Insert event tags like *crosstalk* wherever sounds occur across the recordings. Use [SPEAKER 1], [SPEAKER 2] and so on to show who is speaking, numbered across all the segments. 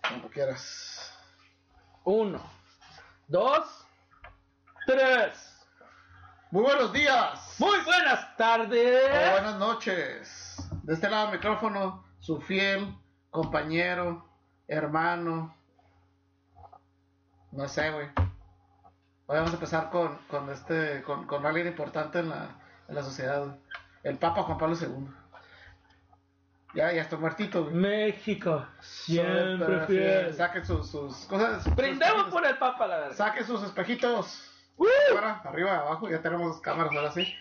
[SPEAKER 1] Cuando quieras.
[SPEAKER 2] Uno, dos, tres.
[SPEAKER 1] Muy buenos días.
[SPEAKER 2] Muy buenas
[SPEAKER 1] O
[SPEAKER 2] tardes.
[SPEAKER 1] buenas noches. De este lado del micrófono, su fiel compañero, hermano. No sé, güey. Hoy vamos a empezar con, con este, con, con alguien importante en la, en la sociedad, güey. El Papa Juan Pablo II. Ya, ya está muertito, güey.
[SPEAKER 2] México, siempre
[SPEAKER 1] Pero
[SPEAKER 2] fiel.
[SPEAKER 1] Saquen sus, sus cosas. sus
[SPEAKER 2] Brindamos
[SPEAKER 1] espejitos.
[SPEAKER 2] por el Papa, la verdad.
[SPEAKER 1] Saquen sus espejitos.
[SPEAKER 2] ¡Woo!
[SPEAKER 1] Cámara, arriba, abajo, ya tenemos cámaras ahora sí.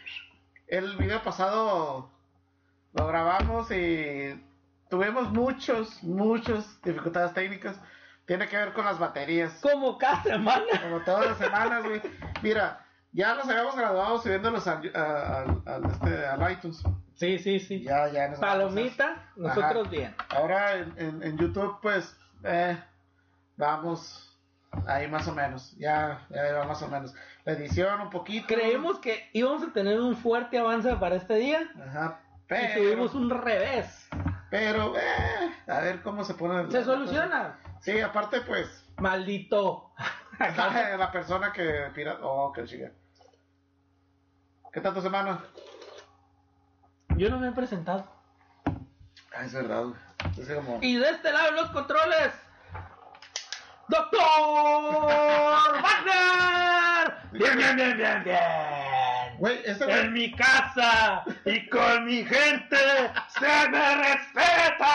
[SPEAKER 1] El video pasado lo grabamos y tuvimos muchos, muchos dificultades técnicas. Tiene que ver con las baterías.
[SPEAKER 2] Como cada semana.
[SPEAKER 1] Como todas las semanas, güey. Mira, ya los habíamos graduado subiéndolos al, a- al- al- este, al iTunes.
[SPEAKER 2] Sí, sí, sí.
[SPEAKER 1] Ya, ya. nos va a pasar.
[SPEAKER 2] Palomita, nosotros
[SPEAKER 1] Ajá.
[SPEAKER 2] bien.
[SPEAKER 1] Ahora en, en- en YouTube, pues, eh, vamos ahí más o menos. Ya, ya ahí va más o menos. La edición un poquito.
[SPEAKER 2] Creímos que íbamos a tener un fuerte avance para este día
[SPEAKER 1] Ajá.
[SPEAKER 2] y
[SPEAKER 1] Pero,
[SPEAKER 2] tuvimos un revés.
[SPEAKER 1] pero eh, a ver cómo se pone.
[SPEAKER 2] Se soluciona.
[SPEAKER 1] Sí, aparte, pues,
[SPEAKER 2] Maldito. Ah,
[SPEAKER 1] *laughs* sale la persona que pira- Oh, qué chica. ¿Qué tal tu semana?
[SPEAKER 2] Yo no me he presentado.
[SPEAKER 1] Ah, es verdad, güey. Es como...
[SPEAKER 2] Y de este lado los controles. Doctor Wagner. Bien, bien, bien, bien, bien.
[SPEAKER 1] Güey, este güey-
[SPEAKER 2] En mi casa y con mi gente se me respeta.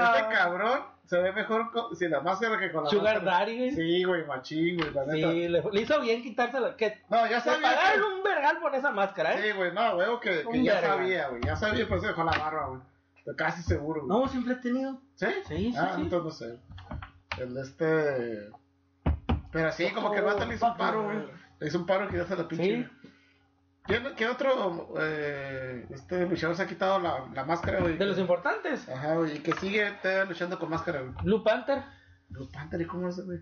[SPEAKER 1] este cabrón se ve mejor con- sin la máscara que con la
[SPEAKER 2] ah. Sugar
[SPEAKER 1] máscara.
[SPEAKER 2] Daddy, güey. Sí,
[SPEAKER 1] Sí, güey, machín, güey, la neta.
[SPEAKER 2] le, le hizo bien quitársela. Que
[SPEAKER 1] No, ya
[SPEAKER 2] le
[SPEAKER 1] sabía. que-
[SPEAKER 2] pagaron un vergal por esa máscara, ¿eh?
[SPEAKER 1] Sí, güey, no, güey, que, que
[SPEAKER 2] Un
[SPEAKER 1] ya
[SPEAKER 2] verga.
[SPEAKER 1] sabía, güey. Ya sabía, por eso dejó la barba, güey. Estoy Casi seguro, güey.
[SPEAKER 2] No, siempre he tenido.
[SPEAKER 1] ¿Sí?
[SPEAKER 2] Sí, sí,
[SPEAKER 1] Ah,
[SPEAKER 2] sí.
[SPEAKER 1] entonces no sé. El de este. Pero sí, como que el vato le hizo un paro, güey. Le hizo un paro que ya se la pinche.
[SPEAKER 2] Sí.
[SPEAKER 1] ¿Qué, qué otro eh, este luchador se ha quitado la, la máscara, güey?
[SPEAKER 2] De los importantes.
[SPEAKER 1] Ajá, güey. Y que sigue todavía luchando con máscara, güey.
[SPEAKER 2] Blue Panther
[SPEAKER 1] Los Panther, ¿cómo es, güey?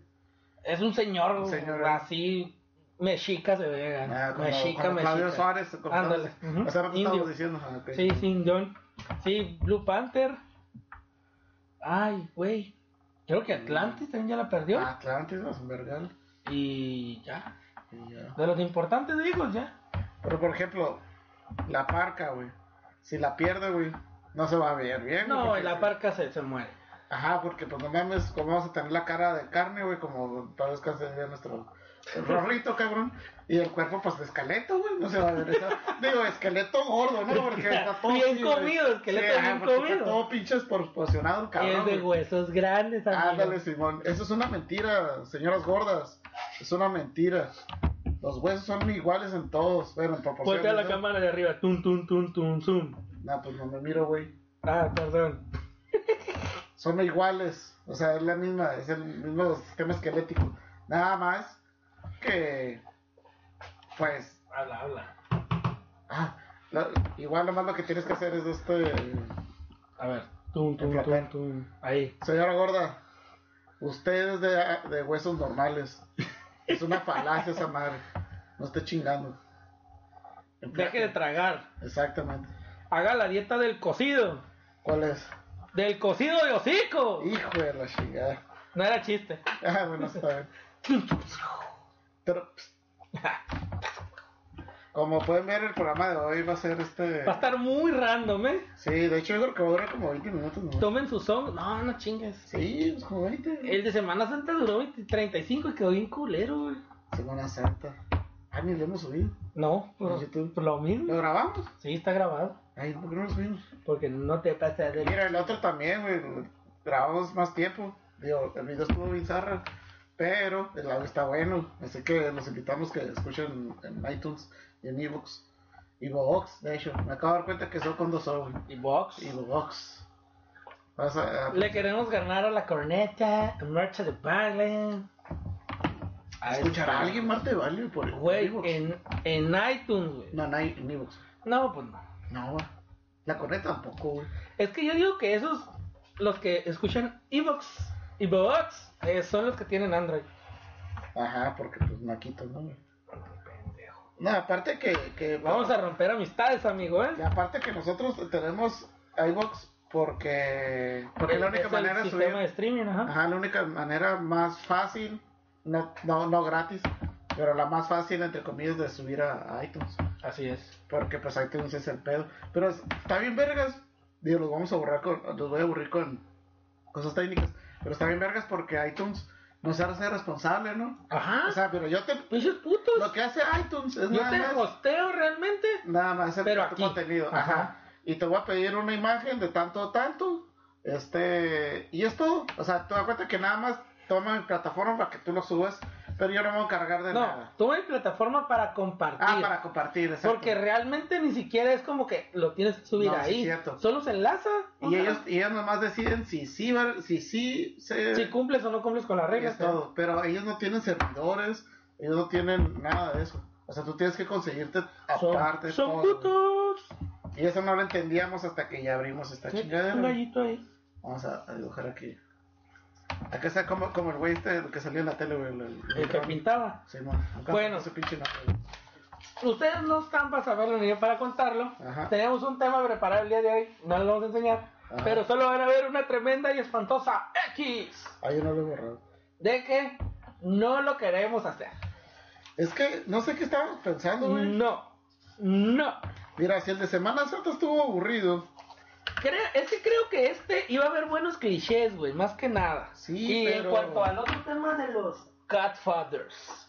[SPEAKER 2] es un señor,
[SPEAKER 1] Un señor, ¿eh?
[SPEAKER 2] así. Mexica se ve. ¿eh?
[SPEAKER 1] Ah, cuando-
[SPEAKER 2] mexica,
[SPEAKER 1] cuando Claudio
[SPEAKER 2] mexica.
[SPEAKER 1] Suárez. como
[SPEAKER 2] Ándale.
[SPEAKER 1] estabas-
[SPEAKER 2] Ujú.
[SPEAKER 1] Hace rato
[SPEAKER 2] Indio.
[SPEAKER 1] estábamos diciendo. ah, ok.
[SPEAKER 2] Sí, sí, John. Sí, Blue Panther. Ay, güey. Creo que Atlantis también ya la perdió.
[SPEAKER 1] Ah, Atlantis, no, es un vergal.
[SPEAKER 2] Y ya.
[SPEAKER 1] Y ya.
[SPEAKER 2] De los importantes, digo, ya.
[SPEAKER 1] Pero por ejemplo, la parca, güey. Si la pierde, güey, no se va a ver bien. güey,
[SPEAKER 2] No,
[SPEAKER 1] porque-
[SPEAKER 2] en la parca se, se muere.
[SPEAKER 1] Ajá, porque pues no mames, como vamos a tener la cara de carne, güey, como para descansar de nuestro rorrito, cabrón. Y el cuerpo, pues de esqueleto, güey, no se va a ver eso.
[SPEAKER 2] *laughs*
[SPEAKER 1] Digo, esqueleto gordo, ¿no? Porque está todo.
[SPEAKER 2] Bien
[SPEAKER 1] así, güey.
[SPEAKER 2] comido, esqueleto
[SPEAKER 1] ajá,
[SPEAKER 2] bien
[SPEAKER 1] porque está
[SPEAKER 2] comido.
[SPEAKER 1] todo pinche proporcionado, cabrón.
[SPEAKER 2] es de
[SPEAKER 1] güey.
[SPEAKER 2] huesos grandes, amigo.
[SPEAKER 1] Ándale, Simón. Eso es una mentira, señoras gordas. Es una mentira. Los huesos son iguales en todos, pero en proporción.
[SPEAKER 2] Voltea la
[SPEAKER 1] ¿no?
[SPEAKER 2] cámara de arriba. Tum, tum, tum, tum, zoom.
[SPEAKER 1] No, pues no me miro, güey.
[SPEAKER 2] Ah, perdón.
[SPEAKER 1] Son iguales. O sea, es la misma, es el mismo sistema esquelético. Nada más que, pues,
[SPEAKER 2] Habla, habla.
[SPEAKER 1] ah, la- igual lo más lo que tienes que hacer es este,
[SPEAKER 2] A ver. Tum, tum, tum,
[SPEAKER 1] Enflacar.
[SPEAKER 2] tum. Ahí.
[SPEAKER 1] señora gorda, usted es de, de huesos normales. Es una falacia esa madre. No esté chingando.
[SPEAKER 2] Deje de tragar.
[SPEAKER 1] Exactamente.
[SPEAKER 2] Haga la dieta del cocido.
[SPEAKER 1] ¿Cuál es?
[SPEAKER 2] Del cocido de hocico.
[SPEAKER 1] Hijo de la chingada.
[SPEAKER 2] No era chiste.
[SPEAKER 1] Ah, bueno, está bien. Pero, pss. pues, *laughs* Como pueden ver, el programa de hoy va a ser este.
[SPEAKER 2] Va a estar muy random, ¿eh?
[SPEAKER 1] Sí, de hecho, yo creo que va a durar como 20 minutos. ¿no?
[SPEAKER 2] Tomen su son. No, no chingues.
[SPEAKER 1] Sí, es como 20.
[SPEAKER 2] El de Semana Santa duró 20 35 y quedó bien culero, güey.
[SPEAKER 1] Semana Santa. Ah, ni lo hemos subido.
[SPEAKER 2] No, por,
[SPEAKER 1] En YouTube.
[SPEAKER 2] por lo mismo.
[SPEAKER 1] ¿Lo grabamos?
[SPEAKER 2] Sí, está grabado.
[SPEAKER 1] Ay, ¿por qué no lo subimos? Eh,
[SPEAKER 2] Porque no te pasa de.
[SPEAKER 1] Mira, el otro también, güey. Grabamos más tiempo. Digo, el video estuvo bizarro. Pero el audio está bueno. Así que los invitamos que escuchen en iTunes y en ebooks. Y Vox, de hecho. Me acabo de dar cuenta que son con dos O, güey.
[SPEAKER 2] Y box.
[SPEAKER 1] Y Vox. Vas a. a-
[SPEAKER 2] Le queremos ganar a la corneta, a Marcha de Baile.
[SPEAKER 1] a escuchar a alguien más te vale por el
[SPEAKER 2] Güey, en, en iTunes, güey.
[SPEAKER 1] No, no hay en ebooks.
[SPEAKER 2] No, pues no.
[SPEAKER 1] No, güey. La corneta tampoco, güey.
[SPEAKER 2] Es que yo digo que esos, los que escuchan Evox, Evox, eh, son los que tienen Android.
[SPEAKER 1] Ajá, porque pues maquitos, ¿no? güey? No, aparte que, que
[SPEAKER 2] Vamos a romper amistades, amigo, ¿eh?
[SPEAKER 1] Y aparte que nosotros tenemos iBox porque porque es la única
[SPEAKER 2] el
[SPEAKER 1] manera de
[SPEAKER 2] sistema
[SPEAKER 1] subir,
[SPEAKER 2] de streaming, ajá.
[SPEAKER 1] ajá, la única manera más fácil, no, no, no gratis, pero la más fácil entre comillas de subir a, a iTunes,
[SPEAKER 2] Así es.
[SPEAKER 1] porque pues iTunes es el pedo. Pero es- está bien vergas, digo, los vamos a borrar con, los voy a aburrir con cosas técnicas, pero está bien vergas porque iTunes no se hace responsable, ¿no?
[SPEAKER 2] Ajá.
[SPEAKER 1] O sea, pero yo te
[SPEAKER 2] Pinches putos.
[SPEAKER 1] lo que hace iTunes es
[SPEAKER 2] Ah. Yo
[SPEAKER 1] nada
[SPEAKER 2] te
[SPEAKER 1] más
[SPEAKER 2] hosteo realmente.
[SPEAKER 1] Nada más el
[SPEAKER 2] Pero
[SPEAKER 1] tu
[SPEAKER 2] aquí.
[SPEAKER 1] contenido. Ajá.
[SPEAKER 2] Ajá.
[SPEAKER 1] Y te voy a pedir una imagen de tanto a tanto. Este. Y es todo. O sea, te das cuenta que nada más toma mi plataforma para que tú lo subas. Pero yo no me voy a encargar de
[SPEAKER 2] No,
[SPEAKER 1] nada.
[SPEAKER 2] toma mi plataforma para compartir.
[SPEAKER 1] Ah, para compartir. exacto.
[SPEAKER 2] Porque realmente ni siquiera es como que lo tienes que subir
[SPEAKER 1] No, sí,
[SPEAKER 2] ahí.
[SPEAKER 1] cierto.
[SPEAKER 2] Solo se enlaza. o
[SPEAKER 1] Y
[SPEAKER 2] sea,
[SPEAKER 1] ellos, y ellos nomás deciden si sí, va- si sí se.
[SPEAKER 2] Si cumples o no cumples con las
[SPEAKER 1] y
[SPEAKER 2] reglas.
[SPEAKER 1] es todo. Pero ellos no tienen servidores. Ellos no tienen nada de eso. O sea, tú tienes que conseguirte
[SPEAKER 2] ¿eh? Son-
[SPEAKER 1] aparte. todo.
[SPEAKER 2] Son, putos.
[SPEAKER 1] Y eso no lo entendíamos hasta que ya abrimos esta
[SPEAKER 2] Sí,
[SPEAKER 1] chingadera.
[SPEAKER 2] Un gallito ahí.
[SPEAKER 1] Vamos a, a dibujar aquí. Acá está como, como el güey este el que salió en la tele, güey. El, el-
[SPEAKER 2] El que
[SPEAKER 1] el-
[SPEAKER 2] pintaba.
[SPEAKER 1] Simón. Acá
[SPEAKER 2] Bueno.
[SPEAKER 1] ese pinche nombre.
[SPEAKER 2] Ustedes no están para saberlo ni yo para contarlo.
[SPEAKER 1] Ajá.
[SPEAKER 2] Tenemos un tema preparado el día de hoy. No lo vamos a enseñar.
[SPEAKER 1] Ajá.
[SPEAKER 2] Pero solo van a ver una tremenda y espantosa X.
[SPEAKER 1] Ah, yo no lo he borrado.
[SPEAKER 2] De que no lo queremos hacer.
[SPEAKER 1] Es que no sé qué estábamos pensando, güey.
[SPEAKER 2] No. No.
[SPEAKER 1] Mira, si el de Semana Santa estuvo aburrido.
[SPEAKER 2] Creo- es que creo que este iba a haber buenos clichés, güey, más que nada.
[SPEAKER 1] Sí,
[SPEAKER 2] y
[SPEAKER 1] pero-
[SPEAKER 2] en cuanto al otro tema de los Godfathers.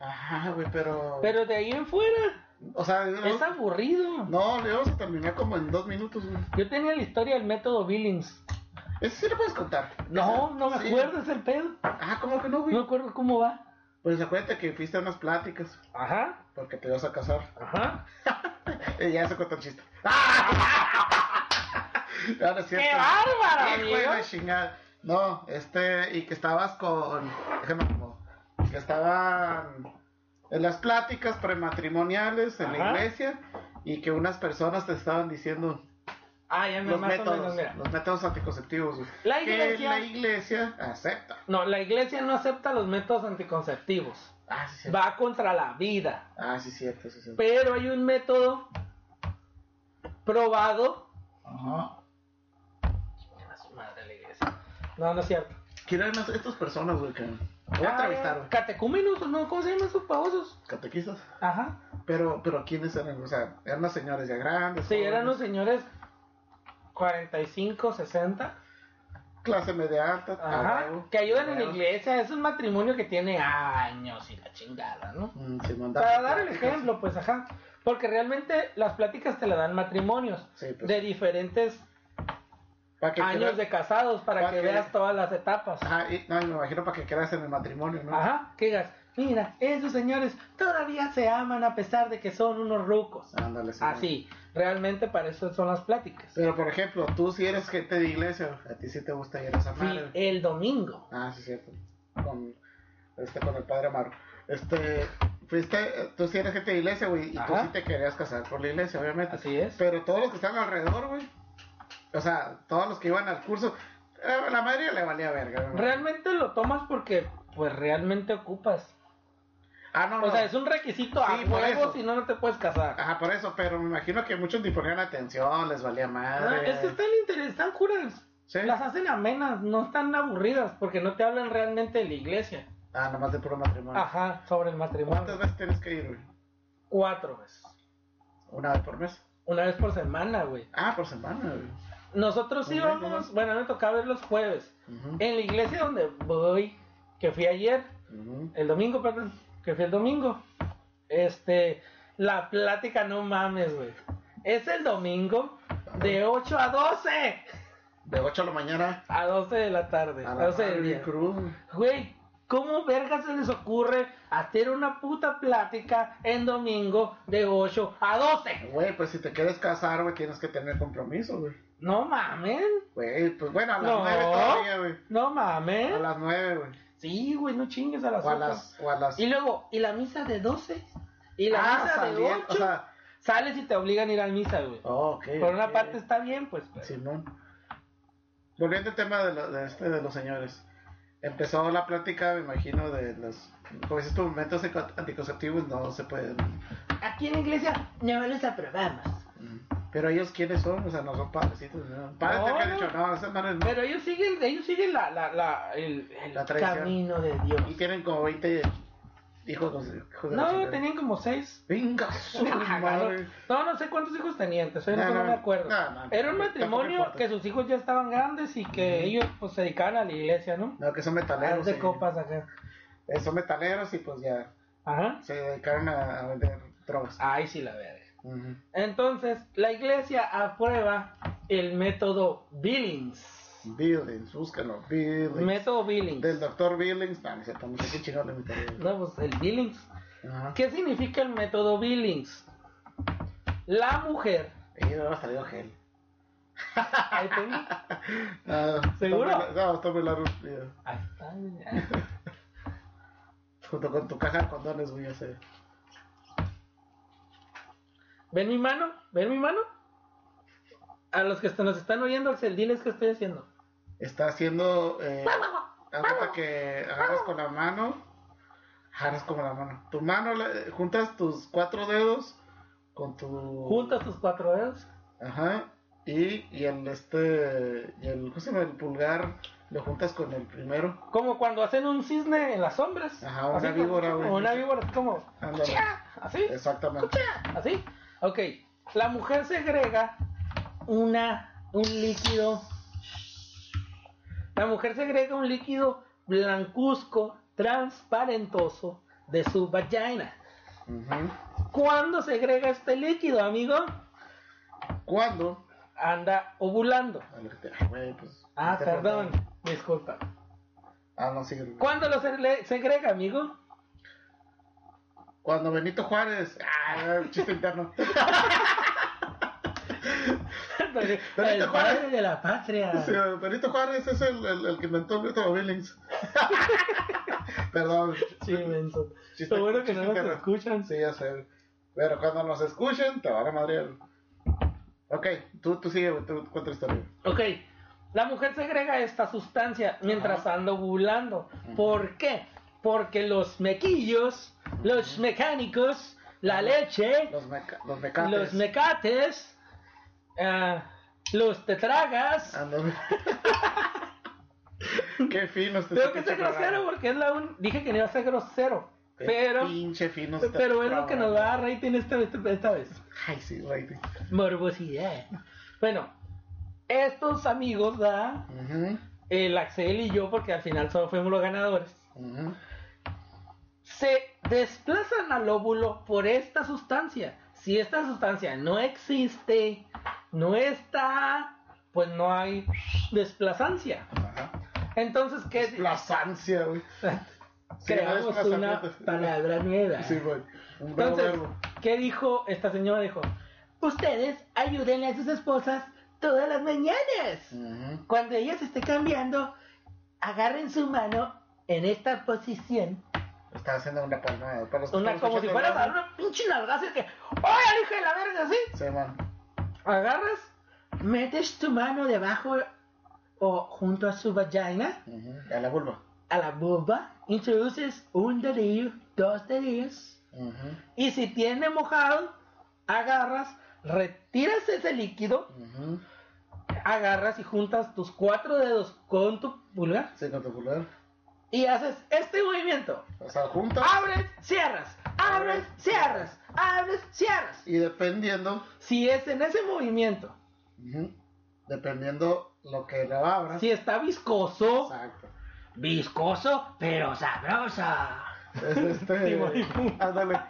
[SPEAKER 1] Ajá, güey, pero.
[SPEAKER 2] Pero de ahí en fuera,
[SPEAKER 1] O sea, no,
[SPEAKER 2] es aburrido.
[SPEAKER 1] no, le vamos a terminar como en dos minutos, güey.
[SPEAKER 2] Yo tenía la historia del método Billings.
[SPEAKER 1] Ese sí lo puedes contar.
[SPEAKER 2] No, no me
[SPEAKER 1] Sí.
[SPEAKER 2] acuerdo, es el pedo.
[SPEAKER 1] Ah, ¿cómo que no,
[SPEAKER 2] No
[SPEAKER 1] güey?
[SPEAKER 2] me acuerdo cómo va.
[SPEAKER 1] Pues acuérdate que fuiste a unas pláticas
[SPEAKER 2] Ajá,
[SPEAKER 1] porque te ibas a casar.
[SPEAKER 2] ajá.
[SPEAKER 1] Eh, ya se contó el chiste. *laughs* No, no es
[SPEAKER 2] ¡Qué
[SPEAKER 1] cierto.
[SPEAKER 2] bárbaro,
[SPEAKER 1] Hijo de
[SPEAKER 2] amigo!
[SPEAKER 1] la chingada. No, este, y que estabas con. Déjame como. Que estaban en las pláticas prematrimoniales en la
[SPEAKER 2] Ajá.
[SPEAKER 1] iglesia y que unas personas te estaban diciendo
[SPEAKER 2] Ah, ya me
[SPEAKER 1] los
[SPEAKER 2] más o menos,
[SPEAKER 1] métodos,
[SPEAKER 2] mira.
[SPEAKER 1] los métodos anticonceptivos güey,
[SPEAKER 2] La
[SPEAKER 1] que
[SPEAKER 2] iglesia-
[SPEAKER 1] la iglesia acepta.
[SPEAKER 2] No, la iglesia no acepta los métodos anticonceptivos.
[SPEAKER 1] Ah, sí, cierto.
[SPEAKER 2] Va contra la vida.
[SPEAKER 1] Ah, sí, cierto, sí, cierto.
[SPEAKER 2] Pero hay un método probado.
[SPEAKER 1] Ajá.
[SPEAKER 2] A su madre la iglesia. No, no es cierto.
[SPEAKER 1] ¿Quién eran estas personas, güey? Que... Voy a
[SPEAKER 2] Ah,
[SPEAKER 1] entrevistar, güey.
[SPEAKER 2] Catecúmenos, ¿no? ¿Cómo se llaman esos pavosos?
[SPEAKER 1] Catequistas.
[SPEAKER 2] Ajá.
[SPEAKER 1] Pero, pero ¿quiénes eran? O sea, eran las señores ya grandes.
[SPEAKER 2] Sí, eran
[SPEAKER 1] jóvenes,
[SPEAKER 2] los señores 45, 60.
[SPEAKER 1] clase media alta. ah, a
[SPEAKER 2] Ajá.
[SPEAKER 1] huevo,
[SPEAKER 2] Que ayudan en la
[SPEAKER 1] huevo.
[SPEAKER 2] iglesia. Es un matrimonio que tiene años y la chingada, ¿no?
[SPEAKER 1] Mm, sí, mandar-
[SPEAKER 2] Para dar el ejemplo, pues ajá. Porque realmente las pláticas te la dan matrimonios
[SPEAKER 1] Sí, pues.
[SPEAKER 2] de diferentes
[SPEAKER 1] Para que
[SPEAKER 2] años
[SPEAKER 1] creas-
[SPEAKER 2] de casados para
[SPEAKER 1] para
[SPEAKER 2] que
[SPEAKER 1] que-
[SPEAKER 2] veas todas las etapas.
[SPEAKER 1] Ajá, y- no, y me imagino para que creas en el matrimonio, ¿no?
[SPEAKER 2] Ajá, que digas, mira, esos señores todavía se aman a pesar de que son unos rucos.
[SPEAKER 1] Ándale, Ah, sí.
[SPEAKER 2] Así, realmente para eso son las pláticas.
[SPEAKER 1] Pero, por ejemplo, tú si eres gente de iglesia, a ti sí te gusta ir a esa
[SPEAKER 2] Fui
[SPEAKER 1] madre.
[SPEAKER 2] el domingo.
[SPEAKER 1] Ah, sí, cierto. Con, este, con el padre Amaro. Este, fuiste, tú sí eres gente de iglesia, güey, y tú
[SPEAKER 2] Ajá.
[SPEAKER 1] sí te querías casar por la iglesia, obviamente.
[SPEAKER 2] Así es.
[SPEAKER 1] Pero todos los que estaban alrededor, güey, o sea, todos los que iban al curso, eh, la mayoría le valía verga, güey.
[SPEAKER 2] Realmente lo tomas porque, pues, realmente ocupas.
[SPEAKER 1] Ah, no, no.
[SPEAKER 2] O sea, es un requisito a
[SPEAKER 1] Sí, por eso. Ah,
[SPEAKER 2] huevo, si no, no te puedes casar.
[SPEAKER 1] Ajá, por eso, pero me imagino que muchos ni ponían atención, les valía
[SPEAKER 2] Ah,
[SPEAKER 1] madre.
[SPEAKER 2] es que están interesantes, están curas.
[SPEAKER 1] ¿Sí?
[SPEAKER 2] Las hacen amenas, no están aburridas porque no te hablan realmente de la iglesia.
[SPEAKER 1] Ah, nomás de puro matrimonio.
[SPEAKER 2] Ajá, sobre el
[SPEAKER 1] ¿Cuántas
[SPEAKER 2] matrimonio.
[SPEAKER 1] veces tienes que ir, güey?
[SPEAKER 2] cuatro veces.
[SPEAKER 1] Una vez por mes.
[SPEAKER 2] Una vez por semana, güey.
[SPEAKER 1] Ah, por semana. güey.
[SPEAKER 2] Nosotros
[SPEAKER 1] Muy bien,
[SPEAKER 2] íbamos,
[SPEAKER 1] ¿no?
[SPEAKER 2] bueno, me tocaba ver los jueves.
[SPEAKER 1] Ujú,
[SPEAKER 2] En la iglesia donde voy, que fui ayer,
[SPEAKER 1] ujú.
[SPEAKER 2] el domingo, perdón, que fui el domingo. Este, la plática, no mames, güey. Es el domingo de 8 a 12.
[SPEAKER 1] De 8 de la mañana
[SPEAKER 2] A 12 de la tarde.
[SPEAKER 1] a
[SPEAKER 2] A
[SPEAKER 1] la
[SPEAKER 2] 12 del
[SPEAKER 1] Harvey
[SPEAKER 2] día.
[SPEAKER 1] Cruz.
[SPEAKER 2] Güey, ¿cómo verga se les ocurre hacer una puta plática en domingo de 8 a 12?
[SPEAKER 1] Güey, pues si te quieres casar, güey, tienes que tener compromiso, güey.
[SPEAKER 2] No mamen.
[SPEAKER 1] Güey, pues bueno, a las
[SPEAKER 2] No.
[SPEAKER 1] 9 todavía, güey.
[SPEAKER 2] No
[SPEAKER 1] A
[SPEAKER 2] mamen.
[SPEAKER 1] las 9, güey.
[SPEAKER 2] Sí, güey, no chingues a las
[SPEAKER 1] O a
[SPEAKER 2] ocho.
[SPEAKER 1] las. O a las...
[SPEAKER 2] Y luego, ¿y la misa de 12? ¿Y la
[SPEAKER 1] Ah,
[SPEAKER 2] misa de
[SPEAKER 1] salía-
[SPEAKER 2] 8?
[SPEAKER 1] O sea,
[SPEAKER 2] Sales y te obligan a ir a misa, güey.
[SPEAKER 1] oh, ok.
[SPEAKER 2] Por una
[SPEAKER 1] ok.
[SPEAKER 2] parte está bien, pues. pero-
[SPEAKER 1] Simón. Volviendo al tema de, lo- de este, de los señores. Empezó la plática, me imagino, de los. Como dices tú, métodos antico- anticonceptivos no se pueden.
[SPEAKER 2] Aquí en la iglesia no los aprobamos.
[SPEAKER 1] mm. Pero ellos, ¿quiénes son? O sea, no son padrecitos. ¿no? Padres de que han
[SPEAKER 2] No.
[SPEAKER 1] dicho, no, esas manes no.
[SPEAKER 2] Pero ellos siguen, ellos siguen la, la, la, el, el
[SPEAKER 1] La tradición.
[SPEAKER 2] camino de Dios.
[SPEAKER 1] Y tienen como 20 hijos. No, sé, hijos de la
[SPEAKER 2] No,
[SPEAKER 1] chingada.
[SPEAKER 2] tenían como seis.
[SPEAKER 1] Venga, *laughs* su madre.
[SPEAKER 2] No, no sé cuántos hijos tenían, te soy
[SPEAKER 1] No,
[SPEAKER 2] honesto, no,
[SPEAKER 1] no,
[SPEAKER 2] me acuerdo.
[SPEAKER 1] no, no,
[SPEAKER 2] Era un
[SPEAKER 1] tampoco
[SPEAKER 2] matrimonio
[SPEAKER 1] importa.
[SPEAKER 2] que sus hijos ya estaban grandes y que
[SPEAKER 1] Ujú.
[SPEAKER 2] ellos pues se dedicaban a la iglesia, ¿no?
[SPEAKER 1] No, que son
[SPEAKER 2] Haz
[SPEAKER 1] metaleros.
[SPEAKER 2] de
[SPEAKER 1] sí.
[SPEAKER 2] copas acá.
[SPEAKER 1] Eh, son metaleros y pues ya
[SPEAKER 2] Ajá.
[SPEAKER 1] se dedicaron a, a vender drogas.
[SPEAKER 2] Ay, sí, la verga.
[SPEAKER 1] Ujú.
[SPEAKER 2] Entonces, la iglesia aprueba el método Billings.
[SPEAKER 1] Billings, búscalo. Billings.
[SPEAKER 2] Método Billings.
[SPEAKER 1] Del doctor Billings. No, ni se no sé qué chino le metería.
[SPEAKER 2] No, pues el Billings.
[SPEAKER 1] Ajá.
[SPEAKER 2] ¿Qué significa el método Billings? La mujer.
[SPEAKER 1] Y no me ha salido gel.
[SPEAKER 2] Ahí
[SPEAKER 1] *laughs*
[SPEAKER 2] tengo.
[SPEAKER 1] No, está
[SPEAKER 2] ¿Seguro?
[SPEAKER 1] muy la- Ah, No, está muy largo. tío.
[SPEAKER 2] Ahí está. mira.
[SPEAKER 1] Junto con tu caja de condones, voy a hacer.
[SPEAKER 2] ¿Ven mi mano? ¿Ven mi mano? A los que est- nos están oyendo, Axel, diles qué estoy haciendo.
[SPEAKER 1] Está haciendo. Eh, haz cuenta que agarras con la mano. Agarras con la mano. Tu mano, la- juntas tus cuatro dedos con tu.
[SPEAKER 2] Juntas tus cuatro dedos.
[SPEAKER 1] Ajá. Y, y el este. Y el, ¿Cómo se llama? El pulgar lo juntas con el primero.
[SPEAKER 2] Como cuando hacen un cisne en las sombras.
[SPEAKER 1] Ajá, una
[SPEAKER 2] Así como-
[SPEAKER 1] víbora, güey.
[SPEAKER 2] Como una víbora, así como.
[SPEAKER 1] Ándale.
[SPEAKER 2] ¡cuchá! Así.
[SPEAKER 1] Exactamente.
[SPEAKER 2] ¡cuchá! Así. Ok. La mujer segrega una, un líquido. La mujer segrega un líquido blancuzco, transparentoso de su vagina.
[SPEAKER 1] Ujú.
[SPEAKER 2] ¿Cuándo segrega este líquido, amigo?
[SPEAKER 1] ¿Cuándo?
[SPEAKER 2] Anda ovulando.
[SPEAKER 1] A lo que te- ah, güey, pues,
[SPEAKER 2] Ah,
[SPEAKER 1] te-
[SPEAKER 2] perdón, disculpa.
[SPEAKER 1] Ah, no, sigue.
[SPEAKER 2] ¿Cuándo lo segre- segrega, amigo? *laughs*
[SPEAKER 1] Cuando Benito Juárez. Ah, chiste interno.
[SPEAKER 2] El padre de la patria.
[SPEAKER 1] *laughs* Sí, Benito Juárez es el, el, el que inventó el método Billings. *laughs* Perdón.
[SPEAKER 2] Sí, menso.
[SPEAKER 1] Chiste-
[SPEAKER 2] Lo bueno que
[SPEAKER 1] chiste
[SPEAKER 2] no nos
[SPEAKER 1] interno.
[SPEAKER 2] escuchan.
[SPEAKER 1] Sí, ya sé. Pero cuando nos escuchen, te van a madrear. Ok, tú, tú sigue, güey, tú cuenta la historia.
[SPEAKER 2] Ok, la mujer segrega esta sustancia mientras
[SPEAKER 1] Ajá.
[SPEAKER 2] anda ovulando. ¿Por qué? Porque los mequillos, los mecánicos, la leche,
[SPEAKER 1] Los, meca los mecates.
[SPEAKER 2] los mecates, ah, los tetragas.
[SPEAKER 1] Ah, no. *laughs* Qué fino este
[SPEAKER 2] Tengo que
[SPEAKER 1] pinche
[SPEAKER 2] ser grosero
[SPEAKER 1] programa.
[SPEAKER 2] porque es la un... Dije que no iba a ser grosero.
[SPEAKER 1] Qué
[SPEAKER 2] Pero,
[SPEAKER 1] Pinche fino este
[SPEAKER 2] pero es lo que nos
[SPEAKER 1] programa.
[SPEAKER 2] va a dar rating esta vez. Esta vez.
[SPEAKER 1] Ay, sí, rating.
[SPEAKER 2] Morbosidad. Bueno, estos amigos, da
[SPEAKER 1] Ujú,
[SPEAKER 2] el Axel y yo, porque al final solo fuimos los ganadores,
[SPEAKER 1] ujú.
[SPEAKER 2] se desplazan al óvulo por esta sustancia. Si esta sustancia no existe, no está, pues no hay desplazancia.
[SPEAKER 1] Ajá.
[SPEAKER 2] Entonces, ¿qué?
[SPEAKER 1] Plazancia, güey. Sí,
[SPEAKER 2] *laughs* Creamos
[SPEAKER 1] es
[SPEAKER 2] una
[SPEAKER 1] plazamiento.
[SPEAKER 2] palabra nueva.
[SPEAKER 1] Sí, güey. Un nuevo
[SPEAKER 2] Entonces,
[SPEAKER 1] verbo.
[SPEAKER 2] ¿qué dijo esta señora? Dijo, ustedes ayúdenle a sus esposas todas las mañanas.
[SPEAKER 1] Ujú.
[SPEAKER 2] Cuando ella se esté cambiando, agarren su mano en esta posición.
[SPEAKER 1] Está haciendo una palmada. Para los que
[SPEAKER 2] Una,
[SPEAKER 1] están
[SPEAKER 2] como si
[SPEAKER 1] escuchando
[SPEAKER 2] fueras a dar
[SPEAKER 1] radio,
[SPEAKER 2] una pinche nalgaza que, ¡Oye, hija de la verga, así!
[SPEAKER 1] Se van.
[SPEAKER 2] Agarras, metes tu mano debajo o junto a su vagina,
[SPEAKER 1] Ujú. A la vulva.
[SPEAKER 2] a la vulva, introduces un dedillo, dos dedillos,
[SPEAKER 1] Ujú,
[SPEAKER 2] Y si tiene mojado, agarras, retiras ese líquido,
[SPEAKER 1] ujú.
[SPEAKER 2] agarras y juntas tus cuatro dedos con tu pulgar
[SPEAKER 1] Sí, con tu pulgar.
[SPEAKER 2] y haces este movimiento.
[SPEAKER 1] O sea, juntas
[SPEAKER 2] Abres, cierras, abres, cierras, abres, cierras.
[SPEAKER 1] y dependiendo,
[SPEAKER 2] Si es en ese movimiento,
[SPEAKER 1] ujú, dependiendo lo que le abras.
[SPEAKER 2] si está viscoso,
[SPEAKER 1] Exacto.
[SPEAKER 2] viscoso, pero sabroso.
[SPEAKER 1] Es
[SPEAKER 2] *laughs*
[SPEAKER 1] este.
[SPEAKER 2] Timón y Pumba.
[SPEAKER 1] ándale.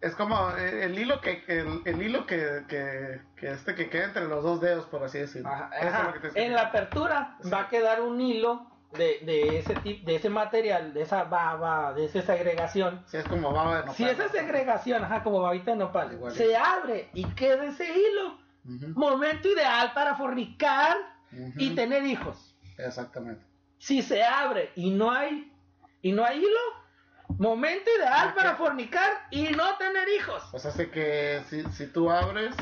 [SPEAKER 1] Es como el, el hilo que el, el hilo que, que, que este que queda entre los dos dedos, por así decirlo.
[SPEAKER 2] Ajá,
[SPEAKER 1] Eso es
[SPEAKER 2] ajá.
[SPEAKER 1] lo que te estoy
[SPEAKER 2] En la
[SPEAKER 1] diciendo.
[SPEAKER 2] apertura
[SPEAKER 1] Sí.
[SPEAKER 2] va a quedar un hilo de, de ese tipo, de ese material, de esa baba, de esa segregación.
[SPEAKER 1] Si es como baba de nopal.
[SPEAKER 2] Si esa segregación, ajá, como babita de nopal,
[SPEAKER 1] Igualito.
[SPEAKER 2] se abre y queda ese hilo,
[SPEAKER 1] Ujú,
[SPEAKER 2] momento ideal para fornicar
[SPEAKER 1] ujú.
[SPEAKER 2] y tener hijos.
[SPEAKER 1] Exactamente.
[SPEAKER 2] Si se abre y no hay y no hay hilo, momento ideal
[SPEAKER 1] Ok.
[SPEAKER 2] para fornicar y no tener hijos.
[SPEAKER 1] O sea, hace que si, si tú abres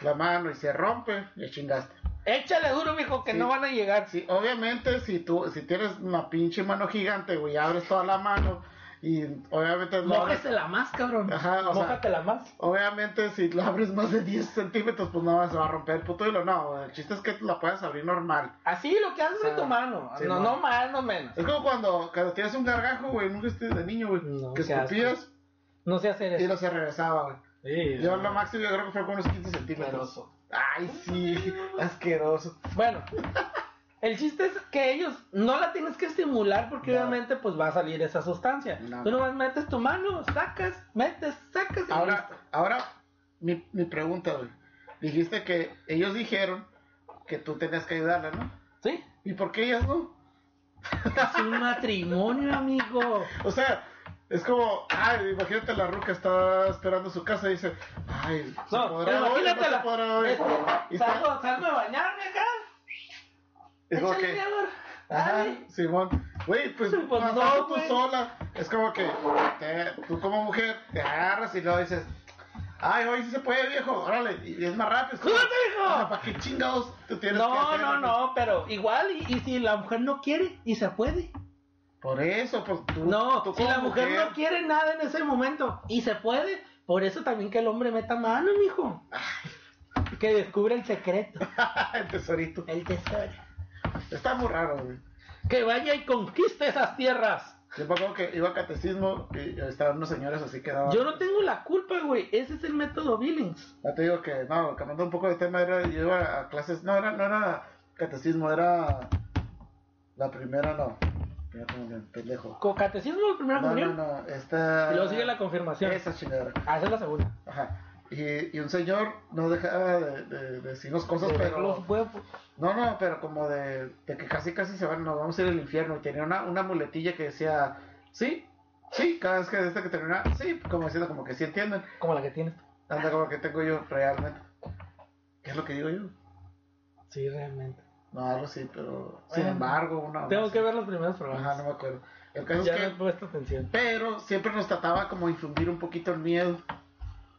[SPEAKER 1] la mano y se rompe, ya chingaste.
[SPEAKER 2] Échale duro, mijo, que
[SPEAKER 1] Sí.
[SPEAKER 2] no van a llegar.
[SPEAKER 1] Sí, obviamente, si tú si tienes una pinche mano gigante, güey, abres toda la mano y obviamente no abres-
[SPEAKER 2] Mójatela más, cabrón.
[SPEAKER 1] Ajá, o sea-
[SPEAKER 2] Mójatela más.
[SPEAKER 1] Obviamente, si la abres más de 10 centímetros, pues no se va a romper el puto hilo. No, el chiste es que la puedas abrir normal.
[SPEAKER 2] Así lo que haces
[SPEAKER 1] O sea,
[SPEAKER 2] en tu mano.
[SPEAKER 1] sí,
[SPEAKER 2] no,
[SPEAKER 1] no.
[SPEAKER 2] no más, no menos.
[SPEAKER 1] Es como cuando, cuando tienes un gargajo, güey, nunca estés de niño, güey,
[SPEAKER 2] No,
[SPEAKER 1] que
[SPEAKER 2] qué asco.
[SPEAKER 1] escupías
[SPEAKER 2] No sé hacer
[SPEAKER 1] y
[SPEAKER 2] eso.
[SPEAKER 1] lo se regresaba, güey.
[SPEAKER 2] Sí,
[SPEAKER 1] Yo
[SPEAKER 2] no.
[SPEAKER 1] lo máximo yo creo que fue con unos 15 centímetros.
[SPEAKER 2] Asqueroso.
[SPEAKER 1] Ay, sí, *laughs* asqueroso.
[SPEAKER 2] Bueno, el chiste es que ellos no la tienes que estimular porque
[SPEAKER 1] No.
[SPEAKER 2] obviamente pues va a salir esa sustancia.
[SPEAKER 1] No.
[SPEAKER 2] Tú nomás metes tu mano, sacas, metes, sacas y
[SPEAKER 1] Ahora,
[SPEAKER 2] listo.
[SPEAKER 1] ahora mi, mi pregunta, güey. Dijiste que ellos dijeron que tú tenías que ayudarla, ¿no?
[SPEAKER 2] ¿Sí?
[SPEAKER 1] ¿Y por qué ellas no?
[SPEAKER 2] Es un matrimonio, amigo.
[SPEAKER 1] O sea, es como, ay, imagínate la ruca está esperando su casa y dice, ay, ¿se
[SPEAKER 2] No,
[SPEAKER 1] podrá hoy? ¿No
[SPEAKER 2] imagínate
[SPEAKER 1] se podrá hoy? Y está-
[SPEAKER 2] Salgo, salgo a bañarme acá.
[SPEAKER 1] es como
[SPEAKER 2] Échale,
[SPEAKER 1] que,
[SPEAKER 2] mi amor.
[SPEAKER 1] ajá,
[SPEAKER 2] Dale.
[SPEAKER 1] Simón, güey, pues,
[SPEAKER 2] Pues
[SPEAKER 1] pasado
[SPEAKER 2] no,
[SPEAKER 1] tú
[SPEAKER 2] güey.
[SPEAKER 1] sola, es como que te- tú como mujer te agarras y luego dices, ay, hoy sí se puede, viejo, órale, y es más rápido. es como,
[SPEAKER 2] ¡Júrate, viejo!
[SPEAKER 1] "Ah, ¿Para qué chingados tú tienes que
[SPEAKER 2] No,
[SPEAKER 1] hacerlo,
[SPEAKER 2] no, no, pero igual, y, y si la mujer no quiere, y se puede.
[SPEAKER 1] Por eso, pues tú,
[SPEAKER 2] No,
[SPEAKER 1] tú
[SPEAKER 2] si
[SPEAKER 1] como
[SPEAKER 2] la mujer,
[SPEAKER 1] *laughs*
[SPEAKER 2] no quiere nada en ese momento y se puede, por eso también que el hombre meta mano, mijo. Que descubre el secreto,
[SPEAKER 1] el tesorito.
[SPEAKER 2] el tesoro.
[SPEAKER 1] Está muy raro, güey.
[SPEAKER 2] Que vaya y conquiste esas tierras.
[SPEAKER 1] Yo me acuerdo que iba a catecismo y estaban unos señores así que daban.
[SPEAKER 2] Yo no tengo la culpa, güey. Ese es el método Billings.
[SPEAKER 1] Ya te digo que, no, cambiando un poco de tema, era, yo iba a clases, no era, no era catecismo, era la primera, no. Mira como me pendejo.
[SPEAKER 2] Con catecismo de primera
[SPEAKER 1] No, no,
[SPEAKER 2] comunión.
[SPEAKER 1] no, esta.
[SPEAKER 2] Y luego sigue la confirmación.
[SPEAKER 1] Esa chingadera.
[SPEAKER 2] Ah, esa es la segunda.
[SPEAKER 1] Ajá. Y, y un señor no dejaba de, de- de decirnos cosas,
[SPEAKER 2] De
[SPEAKER 1] pero.
[SPEAKER 2] los huevos.
[SPEAKER 1] No, no, pero como de, de que casi casi se van, nos vamos a ir al infierno. Y tenía una, una muletilla que decía, sí, sí, cada vez que desde que termina, sí, como diciendo, como que sí entienden.
[SPEAKER 2] Como la que tienes.
[SPEAKER 1] Anda como que tengo yo realmente. ¿Qué es lo que digo yo?
[SPEAKER 2] Sí, realmente.
[SPEAKER 1] No, algo así, pero sin
[SPEAKER 2] Bueno,
[SPEAKER 1] embargo, una.
[SPEAKER 2] Tengo
[SPEAKER 1] una-
[SPEAKER 2] que ver los primeros programas.
[SPEAKER 1] Ah, Ajá, no me acuerdo. El caso
[SPEAKER 2] ya
[SPEAKER 1] es
[SPEAKER 2] no
[SPEAKER 1] que.
[SPEAKER 2] he puesto atención.
[SPEAKER 1] Pero siempre nos trataba como infundir un poquito el miedo.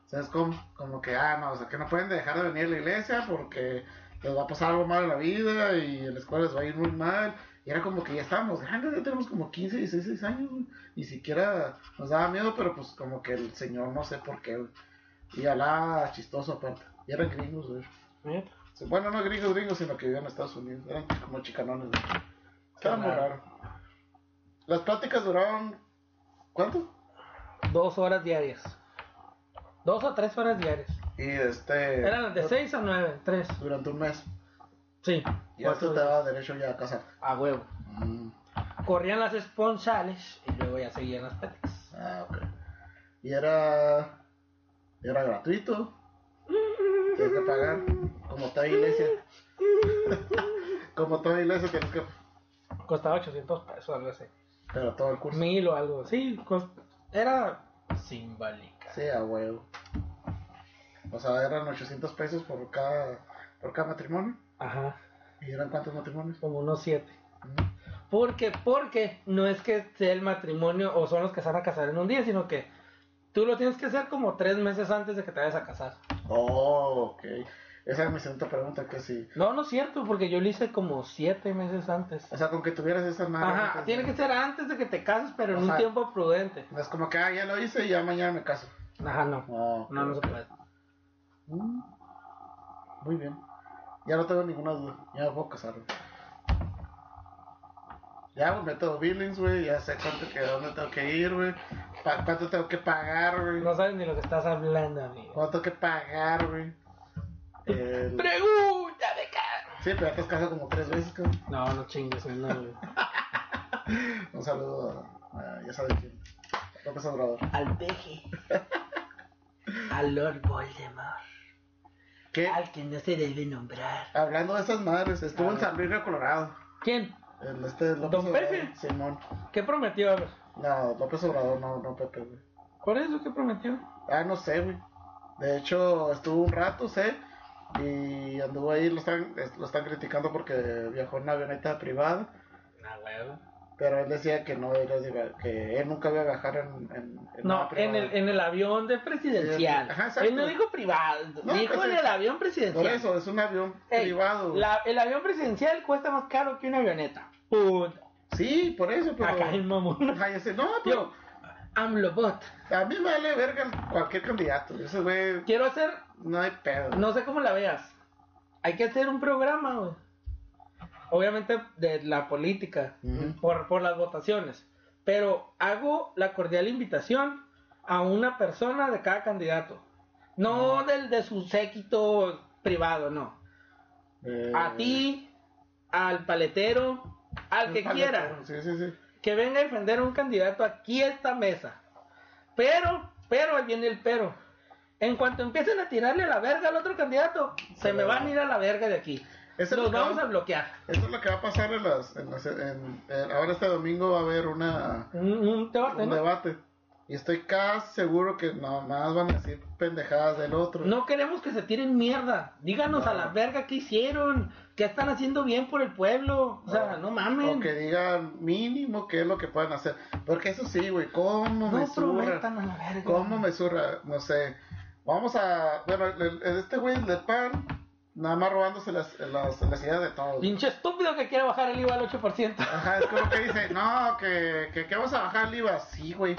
[SPEAKER 1] ¿Sabes cómo? Como que, ah, no, o sea, que no pueden dejar de venir a la iglesia porque les va a pasar algo mal en la vida y en la escuela les va a ir muy mal. Y era como que ya estábamos grandes, ya tenemos como 15, 16 años, güey. ni siquiera nos daba miedo, pero pues como que el Señor no sé por qué, güey. Y alá chistoso aparte. Y eran gringos, güey.
[SPEAKER 2] Mira.
[SPEAKER 1] Sí, Bueno, no gringos, gringos, sino que vivían en Estados Unidos. Eran como chicanones. güey. Estaba muy
[SPEAKER 2] raro.
[SPEAKER 1] raro. Las pláticas duraron. ¿Cuánto?
[SPEAKER 2] Dos horas diarias. Dos o tres horas diarias.
[SPEAKER 1] Y este.
[SPEAKER 2] Eran las de 6 a 9, 3.
[SPEAKER 1] Durante un mes.
[SPEAKER 2] Sí.
[SPEAKER 1] Y esto te
[SPEAKER 2] cuatro-
[SPEAKER 1] daba derecho ya a casa.
[SPEAKER 2] A huevo.
[SPEAKER 1] Mm.
[SPEAKER 2] Corrían las esponsales y luego ya seguían las pláticas.
[SPEAKER 1] Ah, ok. Y era. Era gratuito. Tienes que pagar. Como toda iglesia. *laughs* como toda iglesia tienes que.
[SPEAKER 2] Costaba 800 pesos, algo así.
[SPEAKER 1] Pero todo el curso.
[SPEAKER 2] Mil o algo así. cos- Era simbólica.
[SPEAKER 1] Sí, a huevo. O sea, eran 800 pesos por cada, por cada matrimonio.
[SPEAKER 2] Ajá.
[SPEAKER 1] ¿Y eran cuántos matrimonios?
[SPEAKER 2] Como unos siete.
[SPEAKER 1] Ujú.
[SPEAKER 2] Porque, porque no es que sea el matrimonio o son los que se van a casar en un día, sino que tú lo tienes que hacer como tres meses antes de que te vayas a casar.
[SPEAKER 1] Oh, ok. Esa es mi segunda pregunta, que si...
[SPEAKER 2] No, no es cierto, porque yo lo hice como siete meses antes.
[SPEAKER 1] O sea, con que tuvieras esa madre...
[SPEAKER 2] Ajá,
[SPEAKER 1] pues,
[SPEAKER 2] tiene que ser antes de que te cases, pero en
[SPEAKER 1] O
[SPEAKER 2] un
[SPEAKER 1] sea-
[SPEAKER 2] tiempo prudente.
[SPEAKER 1] No es como que, ah, ya lo hice y ya mañana me caso.
[SPEAKER 2] Ajá, no.
[SPEAKER 1] No, Mm.
[SPEAKER 2] No, no se puede.
[SPEAKER 1] Muy bien. Ya no tengo ninguna duda. Ya me puedo casar. Ya, güey, método Billings, güey, ya sé cuánto que, dónde tengo que ir, güey, pa- cuánto tengo que pagar, güey,
[SPEAKER 2] No sabes ni lo que estás hablando, amigo.
[SPEAKER 1] cuánto tengo que pagar, güey. El-
[SPEAKER 2] Pregúntame, cabrón.
[SPEAKER 1] Sí, pero ya te has casado como tres veces, cabrón.
[SPEAKER 2] No, no chingues, no, güey.
[SPEAKER 1] Un saludo a, a- ya sabes quién, López Obrador. *laughs*
[SPEAKER 2] Al peje. Al Lord Voldemort.
[SPEAKER 1] Que,
[SPEAKER 2] Al que no se debe nombrar.
[SPEAKER 1] hablando de esas madres, estuvo en San Luis Río Colorado.
[SPEAKER 2] ¿Quién?
[SPEAKER 1] El este López
[SPEAKER 2] ¿Don
[SPEAKER 1] Obrador.
[SPEAKER 2] Pepe?
[SPEAKER 1] Simón.
[SPEAKER 2] ¿Qué prometió?
[SPEAKER 1] No, López Obrador, no, no Pepe, güey.
[SPEAKER 2] Por eso, ¿qué prometió?
[SPEAKER 1] Ah, no sé, güey. De hecho, estuvo un rato, sé. Y anduvo ahí, lo están, es- lo están criticando porque viajó en una avioneta privada.
[SPEAKER 2] Una huevo.
[SPEAKER 1] Pero él decía que no, era de- que él nunca iba a viajar en, en, en
[SPEAKER 2] No,
[SPEAKER 1] una
[SPEAKER 2] en
[SPEAKER 1] privada.
[SPEAKER 2] el, en el avión de presidencial.
[SPEAKER 1] Ajá, exacto.
[SPEAKER 2] Él no dijo privado,
[SPEAKER 1] No,
[SPEAKER 2] dijo
[SPEAKER 1] pues,
[SPEAKER 2] en el avión presidencial.
[SPEAKER 1] Por eso, es un avión
[SPEAKER 2] Ey,
[SPEAKER 1] privado. güey.
[SPEAKER 2] la- el avión presidencial cuesta más caro que una avioneta. Puta.
[SPEAKER 1] Sí, por eso, pero...
[SPEAKER 2] Acá el mamón.
[SPEAKER 1] Ajá, yo sé, no, pero
[SPEAKER 2] Yo, AMLOBOT.
[SPEAKER 1] a mí me vale verga cualquier candidato. Ese güey,
[SPEAKER 2] Quiero hacer,
[SPEAKER 1] no hay pedo.
[SPEAKER 2] no sé cómo la veas. Hay que hacer un programa, güey. Obviamente de la política,
[SPEAKER 1] Ujú.
[SPEAKER 2] por, por las votaciones. Pero hago la cordial invitación a una persona de cada candidato. No
[SPEAKER 1] Ah.
[SPEAKER 2] del de su séquito privado, no.
[SPEAKER 1] Eh,
[SPEAKER 2] A ti, al paletero, al que
[SPEAKER 1] un
[SPEAKER 2] quiera.
[SPEAKER 1] paletero, Sí, sí, sí.
[SPEAKER 2] que venga a defender un candidato aquí a esta mesa. Pero, pero, ahí viene el pero. En cuanto empiecen a tirarle la verga al otro candidato, se me van a ir a la verga de aquí.
[SPEAKER 1] Ese
[SPEAKER 2] Los
[SPEAKER 1] lo que
[SPEAKER 2] vamos
[SPEAKER 1] va-
[SPEAKER 2] a bloquear.
[SPEAKER 1] Eso es lo que va a pasar en las... en las- en- en- ahora este domingo va a haber una...
[SPEAKER 2] Un, un debate,
[SPEAKER 1] un
[SPEAKER 2] ¿no?
[SPEAKER 1] debate. Y estoy casi seguro que no, nada más van a decir pendejadas del otro.
[SPEAKER 2] No queremos que se tiren mierda. Díganos
[SPEAKER 1] No.
[SPEAKER 2] a la verga qué hicieron, qué están haciendo bien por el pueblo. O
[SPEAKER 1] Ah,
[SPEAKER 2] sea, no mamen.
[SPEAKER 1] O que digan mínimo qué es lo que pueden hacer. Porque eso sí, güey, ¿cómo me
[SPEAKER 2] No
[SPEAKER 1] zurra?
[SPEAKER 2] prometan a la verga.
[SPEAKER 1] ¿Cómo me zurra? No sé. Vamos a... Bueno, el- el- este güey del pan, nada más robándose las, las, las ideas de todos.
[SPEAKER 2] Pinche estúpido que quiere bajar el IVA al 8%.
[SPEAKER 1] Ajá, es como que dice, no, que, que, que vamos a bajar el IVA. Sí, güey.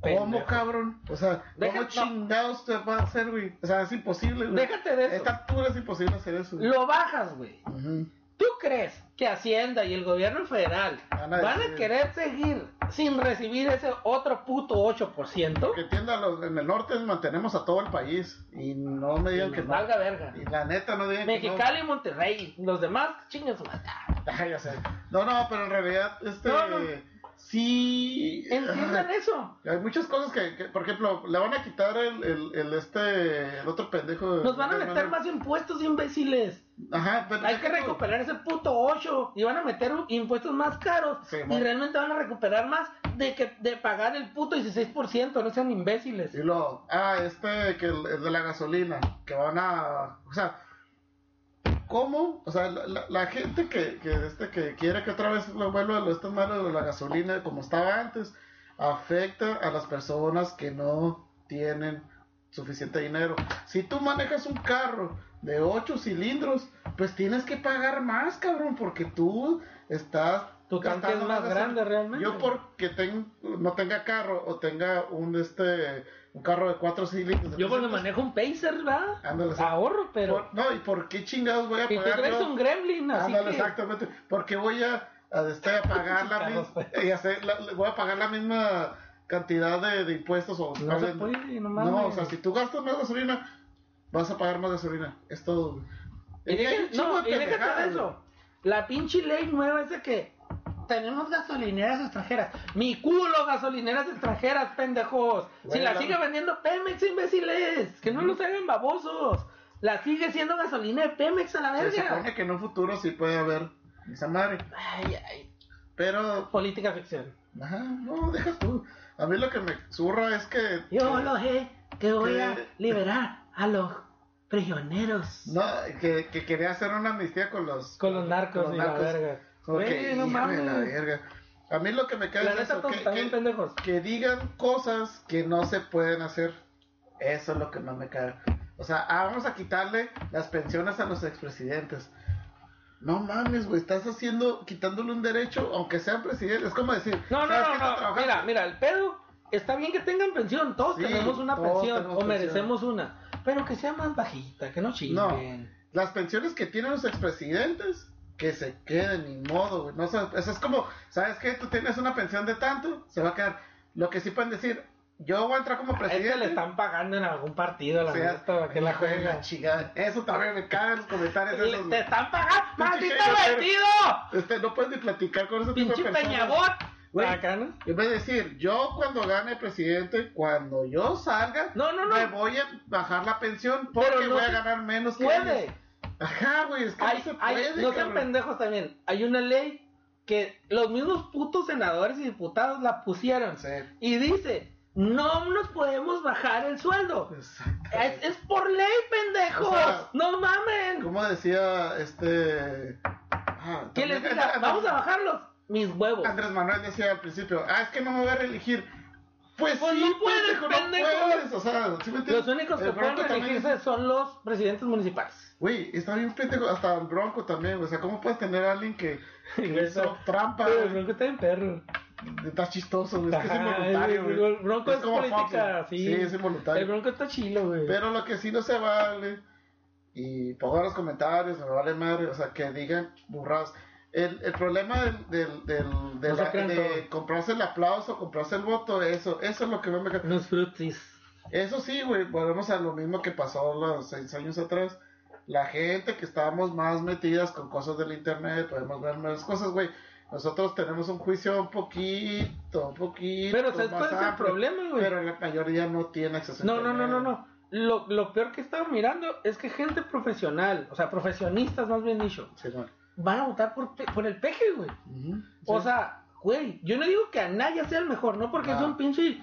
[SPEAKER 1] ¿Cómo,
[SPEAKER 2] Pendejo.
[SPEAKER 1] cabrón? O sea, ¿cómo
[SPEAKER 2] Deja- no.
[SPEAKER 1] chingados te va a hacer, güey? O sea, es imposible, güey.
[SPEAKER 2] Déjate de
[SPEAKER 1] A
[SPEAKER 2] eso.
[SPEAKER 1] esta altura es imposible hacer eso. güey.
[SPEAKER 2] Lo bajas, güey.
[SPEAKER 1] Ujú.
[SPEAKER 2] ¿Tú crees que Hacienda y el gobierno federal
[SPEAKER 1] Van
[SPEAKER 2] van
[SPEAKER 1] a
[SPEAKER 2] a,
[SPEAKER 1] decir-
[SPEAKER 2] querer seguir sin recibir ese otro puto 8%?
[SPEAKER 1] Que entienda, los- en el norte mantenemos a todo el país. Y no me digan
[SPEAKER 2] Que
[SPEAKER 1] que
[SPEAKER 2] nos
[SPEAKER 1] no.
[SPEAKER 2] valga verga.
[SPEAKER 1] Y la neta, no digan
[SPEAKER 2] Mexicali y Monterrey, los demás, chingas su madre.
[SPEAKER 1] *laughs* que no. Ay, ya sé. No, no, pero en realidad, este.
[SPEAKER 2] No, no.
[SPEAKER 1] Sí.
[SPEAKER 2] ¿Entiendan eso?
[SPEAKER 1] *laughs* Hay muchas cosas que, que, por ejemplo, le van a quitar el, el, el este, el otro pendejo. de-
[SPEAKER 2] Nos van a
[SPEAKER 1] de-
[SPEAKER 2] meter más impuestos, imbéciles.
[SPEAKER 1] Ajá, pero-
[SPEAKER 2] Hay que recuperar ese puto 8 y van a meter un- impuestos más caros
[SPEAKER 1] Sí,
[SPEAKER 2] y
[SPEAKER 1] mon.
[SPEAKER 2] realmente van a recuperar más de que de pagar el puto 16%, no sean imbéciles.
[SPEAKER 1] Y luego, ah, este, que el, el de la gasolina, que van a, o sea, ¿cómo? O sea, la, la- la gente que, que, este, que quiere que otra vez lo vuelva a estos malos de la gasolina, como estaba antes, afecta a las personas que no tienen suficiente dinero. Si tú manejas un carro de 8 cilindros, pues tienes que pagar más, cabrón, porque tú estás...
[SPEAKER 2] Tu tanque
[SPEAKER 1] gastando
[SPEAKER 2] es más
[SPEAKER 1] gasolina.
[SPEAKER 2] grande realmente.
[SPEAKER 1] Yo porque ten- no tenga carro o tenga un este un carro de 4 cilindros. de
[SPEAKER 2] Yo cuando
[SPEAKER 1] 300,
[SPEAKER 2] manejo un Pacer, ¿verdad?
[SPEAKER 1] Ándale, sí.
[SPEAKER 2] Ahorro, pero...
[SPEAKER 1] Pues, por- no, ¿y por qué chingados voy a
[SPEAKER 2] Y tú
[SPEAKER 1] pagar
[SPEAKER 2] traes
[SPEAKER 1] yo?
[SPEAKER 2] un gremlin, así
[SPEAKER 1] Ándale,
[SPEAKER 2] que...
[SPEAKER 1] exactamente. Porque voy a, a, este,
[SPEAKER 2] *laughs*
[SPEAKER 1] a pagar la
[SPEAKER 2] Chingados,
[SPEAKER 1] misma y hacer la- le voy a pagar la misma cantidad de, de impuestos o
[SPEAKER 2] No se
[SPEAKER 1] tal vez-
[SPEAKER 2] puede, no mames.
[SPEAKER 1] No, o sea, si tú gastas más gasolina, vas a pagar más gasolina. Es todo. güey.
[SPEAKER 2] Y deja-
[SPEAKER 1] hay un chingo
[SPEAKER 2] no,
[SPEAKER 1] de
[SPEAKER 2] y déjate
[SPEAKER 1] pendejadas,
[SPEAKER 2] de eso. La pinche ley nueva es de que tenemos gasolineras extranjeras. Mi culo, gasolineras extranjeras, pendejos. si
[SPEAKER 1] Bueno,
[SPEAKER 2] la
[SPEAKER 1] la-
[SPEAKER 2] sigue vendiendo Pemex, imbéciles. Que no los hagan babosos. La sigue siendo gasolina de Pemex a la
[SPEAKER 1] güey. Se
[SPEAKER 2] verga.
[SPEAKER 1] supone que en un futuro sí puede haber esa madre.
[SPEAKER 2] Ay, ay.
[SPEAKER 1] Pero
[SPEAKER 2] Política ficción.
[SPEAKER 1] Ajá, no, deja tú. A mí lo que me zurra es que.
[SPEAKER 2] Yo
[SPEAKER 1] que-
[SPEAKER 2] lo sé que voy a
[SPEAKER 1] ¿Qué?
[SPEAKER 2] liberar a los prisioneros.
[SPEAKER 1] No, que, que quería hacer una amnistía con los.
[SPEAKER 2] Con los narcos
[SPEAKER 1] con
[SPEAKER 2] y la verga.
[SPEAKER 1] Como que,
[SPEAKER 2] Güey,
[SPEAKER 1] "Híjole,
[SPEAKER 2] no mames.
[SPEAKER 1] la verga. A mí lo que me cae
[SPEAKER 2] La
[SPEAKER 1] es
[SPEAKER 2] neta,
[SPEAKER 1] eso,
[SPEAKER 2] todos
[SPEAKER 1] que,
[SPEAKER 2] están bien
[SPEAKER 1] que-
[SPEAKER 2] pendejos.
[SPEAKER 1] que digan cosas que no se pueden hacer. Eso es lo que no me cae. O sea, ah, vamos a quitarle las pensiones a los expresidentes. No mames, güey, estás haciendo, quitándole un derecho, aunque sean presidentes. Es como decir,
[SPEAKER 2] No, no,
[SPEAKER 1] "¿Sabes qué? Tú
[SPEAKER 2] no, no.
[SPEAKER 1] trabajaste".
[SPEAKER 2] Mira, mira, el pedo está bien que tengan pensión. Todos
[SPEAKER 1] Sí,
[SPEAKER 2] tenemos una
[SPEAKER 1] todos
[SPEAKER 2] pensión
[SPEAKER 1] tenemos
[SPEAKER 2] o merecemos una. Pero que sea más bajita, que no chinguen.
[SPEAKER 1] No. Las pensiones que tienen los expresidentes que se quede, ni modo, güey. No, sé, eso es como, ¿sabes qué? Tú tienes una pensión de tanto, se va a quedar. Lo que sí pueden decir, yo voy a entrar como
[SPEAKER 2] A este
[SPEAKER 1] presidente.
[SPEAKER 2] le están pagando en algún partido, la
[SPEAKER 1] o sea,
[SPEAKER 2] verdad, para que la
[SPEAKER 1] hijo de
[SPEAKER 2] juega.
[SPEAKER 1] la chingada. Eso también me cae en los comentarios.
[SPEAKER 2] Le-
[SPEAKER 1] esos,
[SPEAKER 2] ¡Te
[SPEAKER 1] güey.
[SPEAKER 2] están pagando! ¡Maldito
[SPEAKER 1] Pinche chairo,
[SPEAKER 2] metido!
[SPEAKER 1] Este, no puedes ni platicar con ese tipo de
[SPEAKER 2] ¡Pinche
[SPEAKER 1] personas.
[SPEAKER 2] peñabot!
[SPEAKER 1] Güey.
[SPEAKER 2] Acá, ¿no?
[SPEAKER 1] En vez de decir, yo cuando gane presidente, cuando yo salga,
[SPEAKER 2] No, no, no.
[SPEAKER 1] me voy a bajar la pensión porque
[SPEAKER 2] Pero no
[SPEAKER 1] voy a
[SPEAKER 2] se
[SPEAKER 1] ganar menos que
[SPEAKER 2] ¡Puede!
[SPEAKER 1] ellos. Ajá, güey, es que
[SPEAKER 2] Hay-
[SPEAKER 1] no se
[SPEAKER 2] hay-
[SPEAKER 1] puede,
[SPEAKER 2] no sean
[SPEAKER 1] cabrón.
[SPEAKER 2] pendejos también. Hay una ley que los mismos putos senadores y diputados la pusieron.
[SPEAKER 1] Sí.
[SPEAKER 2] Y dice, no nos podemos bajar el sueldo.
[SPEAKER 1] Exacto.
[SPEAKER 2] Es, es por ley, pendejos.
[SPEAKER 1] O sea,
[SPEAKER 2] no mamen.
[SPEAKER 1] Como decía este... ah,
[SPEAKER 2] Que les
[SPEAKER 1] también-
[SPEAKER 2] diga,
[SPEAKER 1] And-
[SPEAKER 2] vamos a bajarlos. Mis huevos.
[SPEAKER 1] Andrés Manuel decía al principio, ah, es que no me voy a reelegir. Pues,
[SPEAKER 2] Pues
[SPEAKER 1] sí,
[SPEAKER 2] no puedes,
[SPEAKER 1] pendejo,
[SPEAKER 2] pendejo.
[SPEAKER 1] no puedes. O sea, ¿sí me entiendes?
[SPEAKER 2] Los únicos
[SPEAKER 1] El
[SPEAKER 2] que pueden
[SPEAKER 1] Bronco también-
[SPEAKER 2] reelegirse son los presidentes municipales.
[SPEAKER 1] Güey, está bien pendejo, hasta el Bronco también, güey. o sea, ¿cómo puedes tener a alguien
[SPEAKER 2] *laughs*
[SPEAKER 1] que, que
[SPEAKER 2] Güey,
[SPEAKER 1] hizo
[SPEAKER 2] está-
[SPEAKER 1] trampa,
[SPEAKER 2] Pero el
[SPEAKER 1] güey?
[SPEAKER 2] bronco está bien perro.
[SPEAKER 1] Está chistoso, güey. Es que es
[SPEAKER 2] Ajá,
[SPEAKER 1] involuntario,
[SPEAKER 2] el-
[SPEAKER 1] güey.
[SPEAKER 2] el bronco es
[SPEAKER 1] como
[SPEAKER 2] política,
[SPEAKER 1] Fox, güey.
[SPEAKER 2] sí.
[SPEAKER 1] es involuntario.
[SPEAKER 2] El bronco está chilo, güey.
[SPEAKER 1] Pero lo que sí no se vale, y pongo en los comentarios, me vale madre, o sea, que digan burrados. El, el problema del, del, del, de,
[SPEAKER 2] No se
[SPEAKER 1] la-
[SPEAKER 2] crean
[SPEAKER 1] de
[SPEAKER 2] todo.
[SPEAKER 1] comprarse el aplauso, comprarse el voto, eso, eso es lo que no me encanta.
[SPEAKER 2] Unos frutis.
[SPEAKER 1] Eso sí, güey, volvemos a lo mismo que pasó los seis años atrás. La gente que estábamos más metidas con cosas del internet, podemos ver más cosas, güey. Nosotros tenemos un juicio un poquito, un poquito.
[SPEAKER 2] Pero ¿sabes
[SPEAKER 1] más
[SPEAKER 2] cuál es el
[SPEAKER 1] amplio,
[SPEAKER 2] problema, güey?
[SPEAKER 1] Pero la mayoría no tiene acceso a
[SPEAKER 2] No, no, no,
[SPEAKER 1] internet.
[SPEAKER 2] no, no. Lo, lo peor que he estado mirando es que gente profesional, o sea, profesionistas más bien dicho,
[SPEAKER 1] Sí, no.
[SPEAKER 2] van a votar por, pe- por el peje, güey.
[SPEAKER 1] Ujú,
[SPEAKER 2] O
[SPEAKER 1] sí.
[SPEAKER 2] sea, güey, yo no digo que Anaya sea el mejor, no porque
[SPEAKER 1] No.
[SPEAKER 2] es un pinche...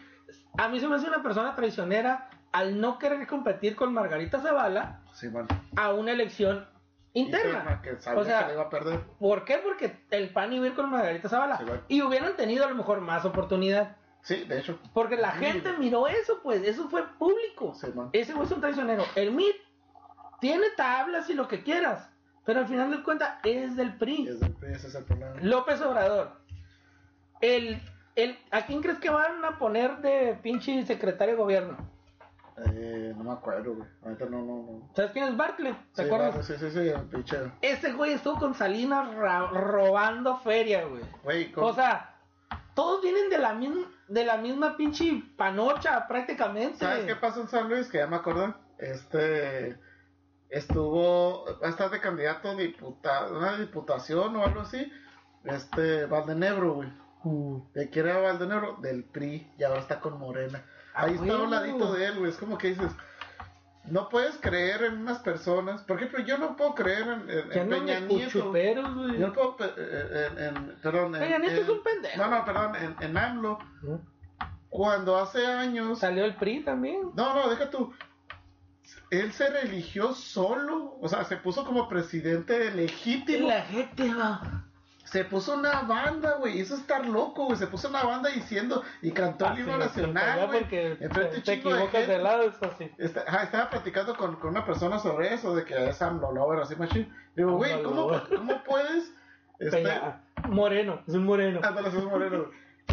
[SPEAKER 2] A mí se me hace una persona traicionera al no querer competir con Margarita Zavala
[SPEAKER 1] Sí, bueno.
[SPEAKER 2] a una elección interna.
[SPEAKER 1] Que sabía
[SPEAKER 2] O
[SPEAKER 1] que le
[SPEAKER 2] sea,
[SPEAKER 1] iba a perder.
[SPEAKER 2] ¿por qué? Porque el PAN iba a ir con Margarita Zavala.
[SPEAKER 1] Sí, bueno.
[SPEAKER 2] Y hubieran tenido a lo mejor más oportunidad.
[SPEAKER 1] Sí, de hecho.
[SPEAKER 2] Porque la
[SPEAKER 1] Sí.
[SPEAKER 2] gente miró eso, pues, eso fue público.
[SPEAKER 1] Sí, man.
[SPEAKER 2] Ese güey es un traicionero. El MIT tiene tablas y lo que quieras, pero al final de cuentas es del PRI.
[SPEAKER 1] Es el- ese es el problema.
[SPEAKER 2] López Obrador. El, el, ¿A quién crees que van a poner de pinche secretario de gobierno?
[SPEAKER 1] Eh, no me acuerdo, güey. Ahorita no, no, no.
[SPEAKER 2] ¿Sabes quién es Bartlett?
[SPEAKER 1] Sí,
[SPEAKER 2] ¿Te acuerdas?
[SPEAKER 1] vale, sí, sí, sí, el pinche.
[SPEAKER 2] Ese güey estuvo con Salinas ra- robando feria, güey.
[SPEAKER 1] Güey, con-
[SPEAKER 2] O sea, todos vienen de la, misma de la misma pinche panocha prácticamente.
[SPEAKER 1] ¿Sabes qué pasó en San Luis? Que ya me acuerdo. Este estuvo, va a estar de candidato diputado, una diputación o algo así. Este, Valdenebro, güey.
[SPEAKER 2] Uh,
[SPEAKER 1] ¿De quién era Valdenebro? Del PRI, y ahora está con Morena.
[SPEAKER 2] Ah,
[SPEAKER 1] Ahí está a un
[SPEAKER 2] huevo.
[SPEAKER 1] ladito de él, güey. Es como que dices, no puedes creer en unas personas. Por ejemplo, yo no puedo creer en, en-
[SPEAKER 2] Que
[SPEAKER 1] en
[SPEAKER 2] andan
[SPEAKER 1] Peña
[SPEAKER 2] de
[SPEAKER 1] Nieto.
[SPEAKER 2] cuchuperos, güey.
[SPEAKER 1] Yo no puedo, pe- eh, en, en- perdón. en-
[SPEAKER 2] Peña Nieto
[SPEAKER 1] en-
[SPEAKER 2] es un pendejo.
[SPEAKER 1] No, no, perdón, en, en AMLO, cuando hace años
[SPEAKER 2] Salió el PRI también.
[SPEAKER 1] no, no, deja tú. Él se religió solo, o sea, se puso como presidente legítimo.
[SPEAKER 2] gente va.
[SPEAKER 1] Se puso una banda, güey, hizo estar loco, güey. Se puso una banda diciendo y cantó
[SPEAKER 2] Ah,
[SPEAKER 1] el himno nacional, güey.
[SPEAKER 2] Porque
[SPEAKER 1] enfrente
[SPEAKER 2] te,
[SPEAKER 1] un
[SPEAKER 2] te
[SPEAKER 1] chingo de
[SPEAKER 2] equivocas de
[SPEAKER 1] gente.
[SPEAKER 2] lado, es así.
[SPEAKER 1] Está- ajá, estaba platicando con, con una persona sobre eso, de que es AMLO Lover, así machín. Digo, güey,
[SPEAKER 2] AMLO
[SPEAKER 1] ¿cómo,
[SPEAKER 2] lover.
[SPEAKER 1] ¿cómo puedes? este,
[SPEAKER 2] *laughs* Peña- Moreno, es un moreno.
[SPEAKER 1] *laughs* Ándale, Jesús Moreno.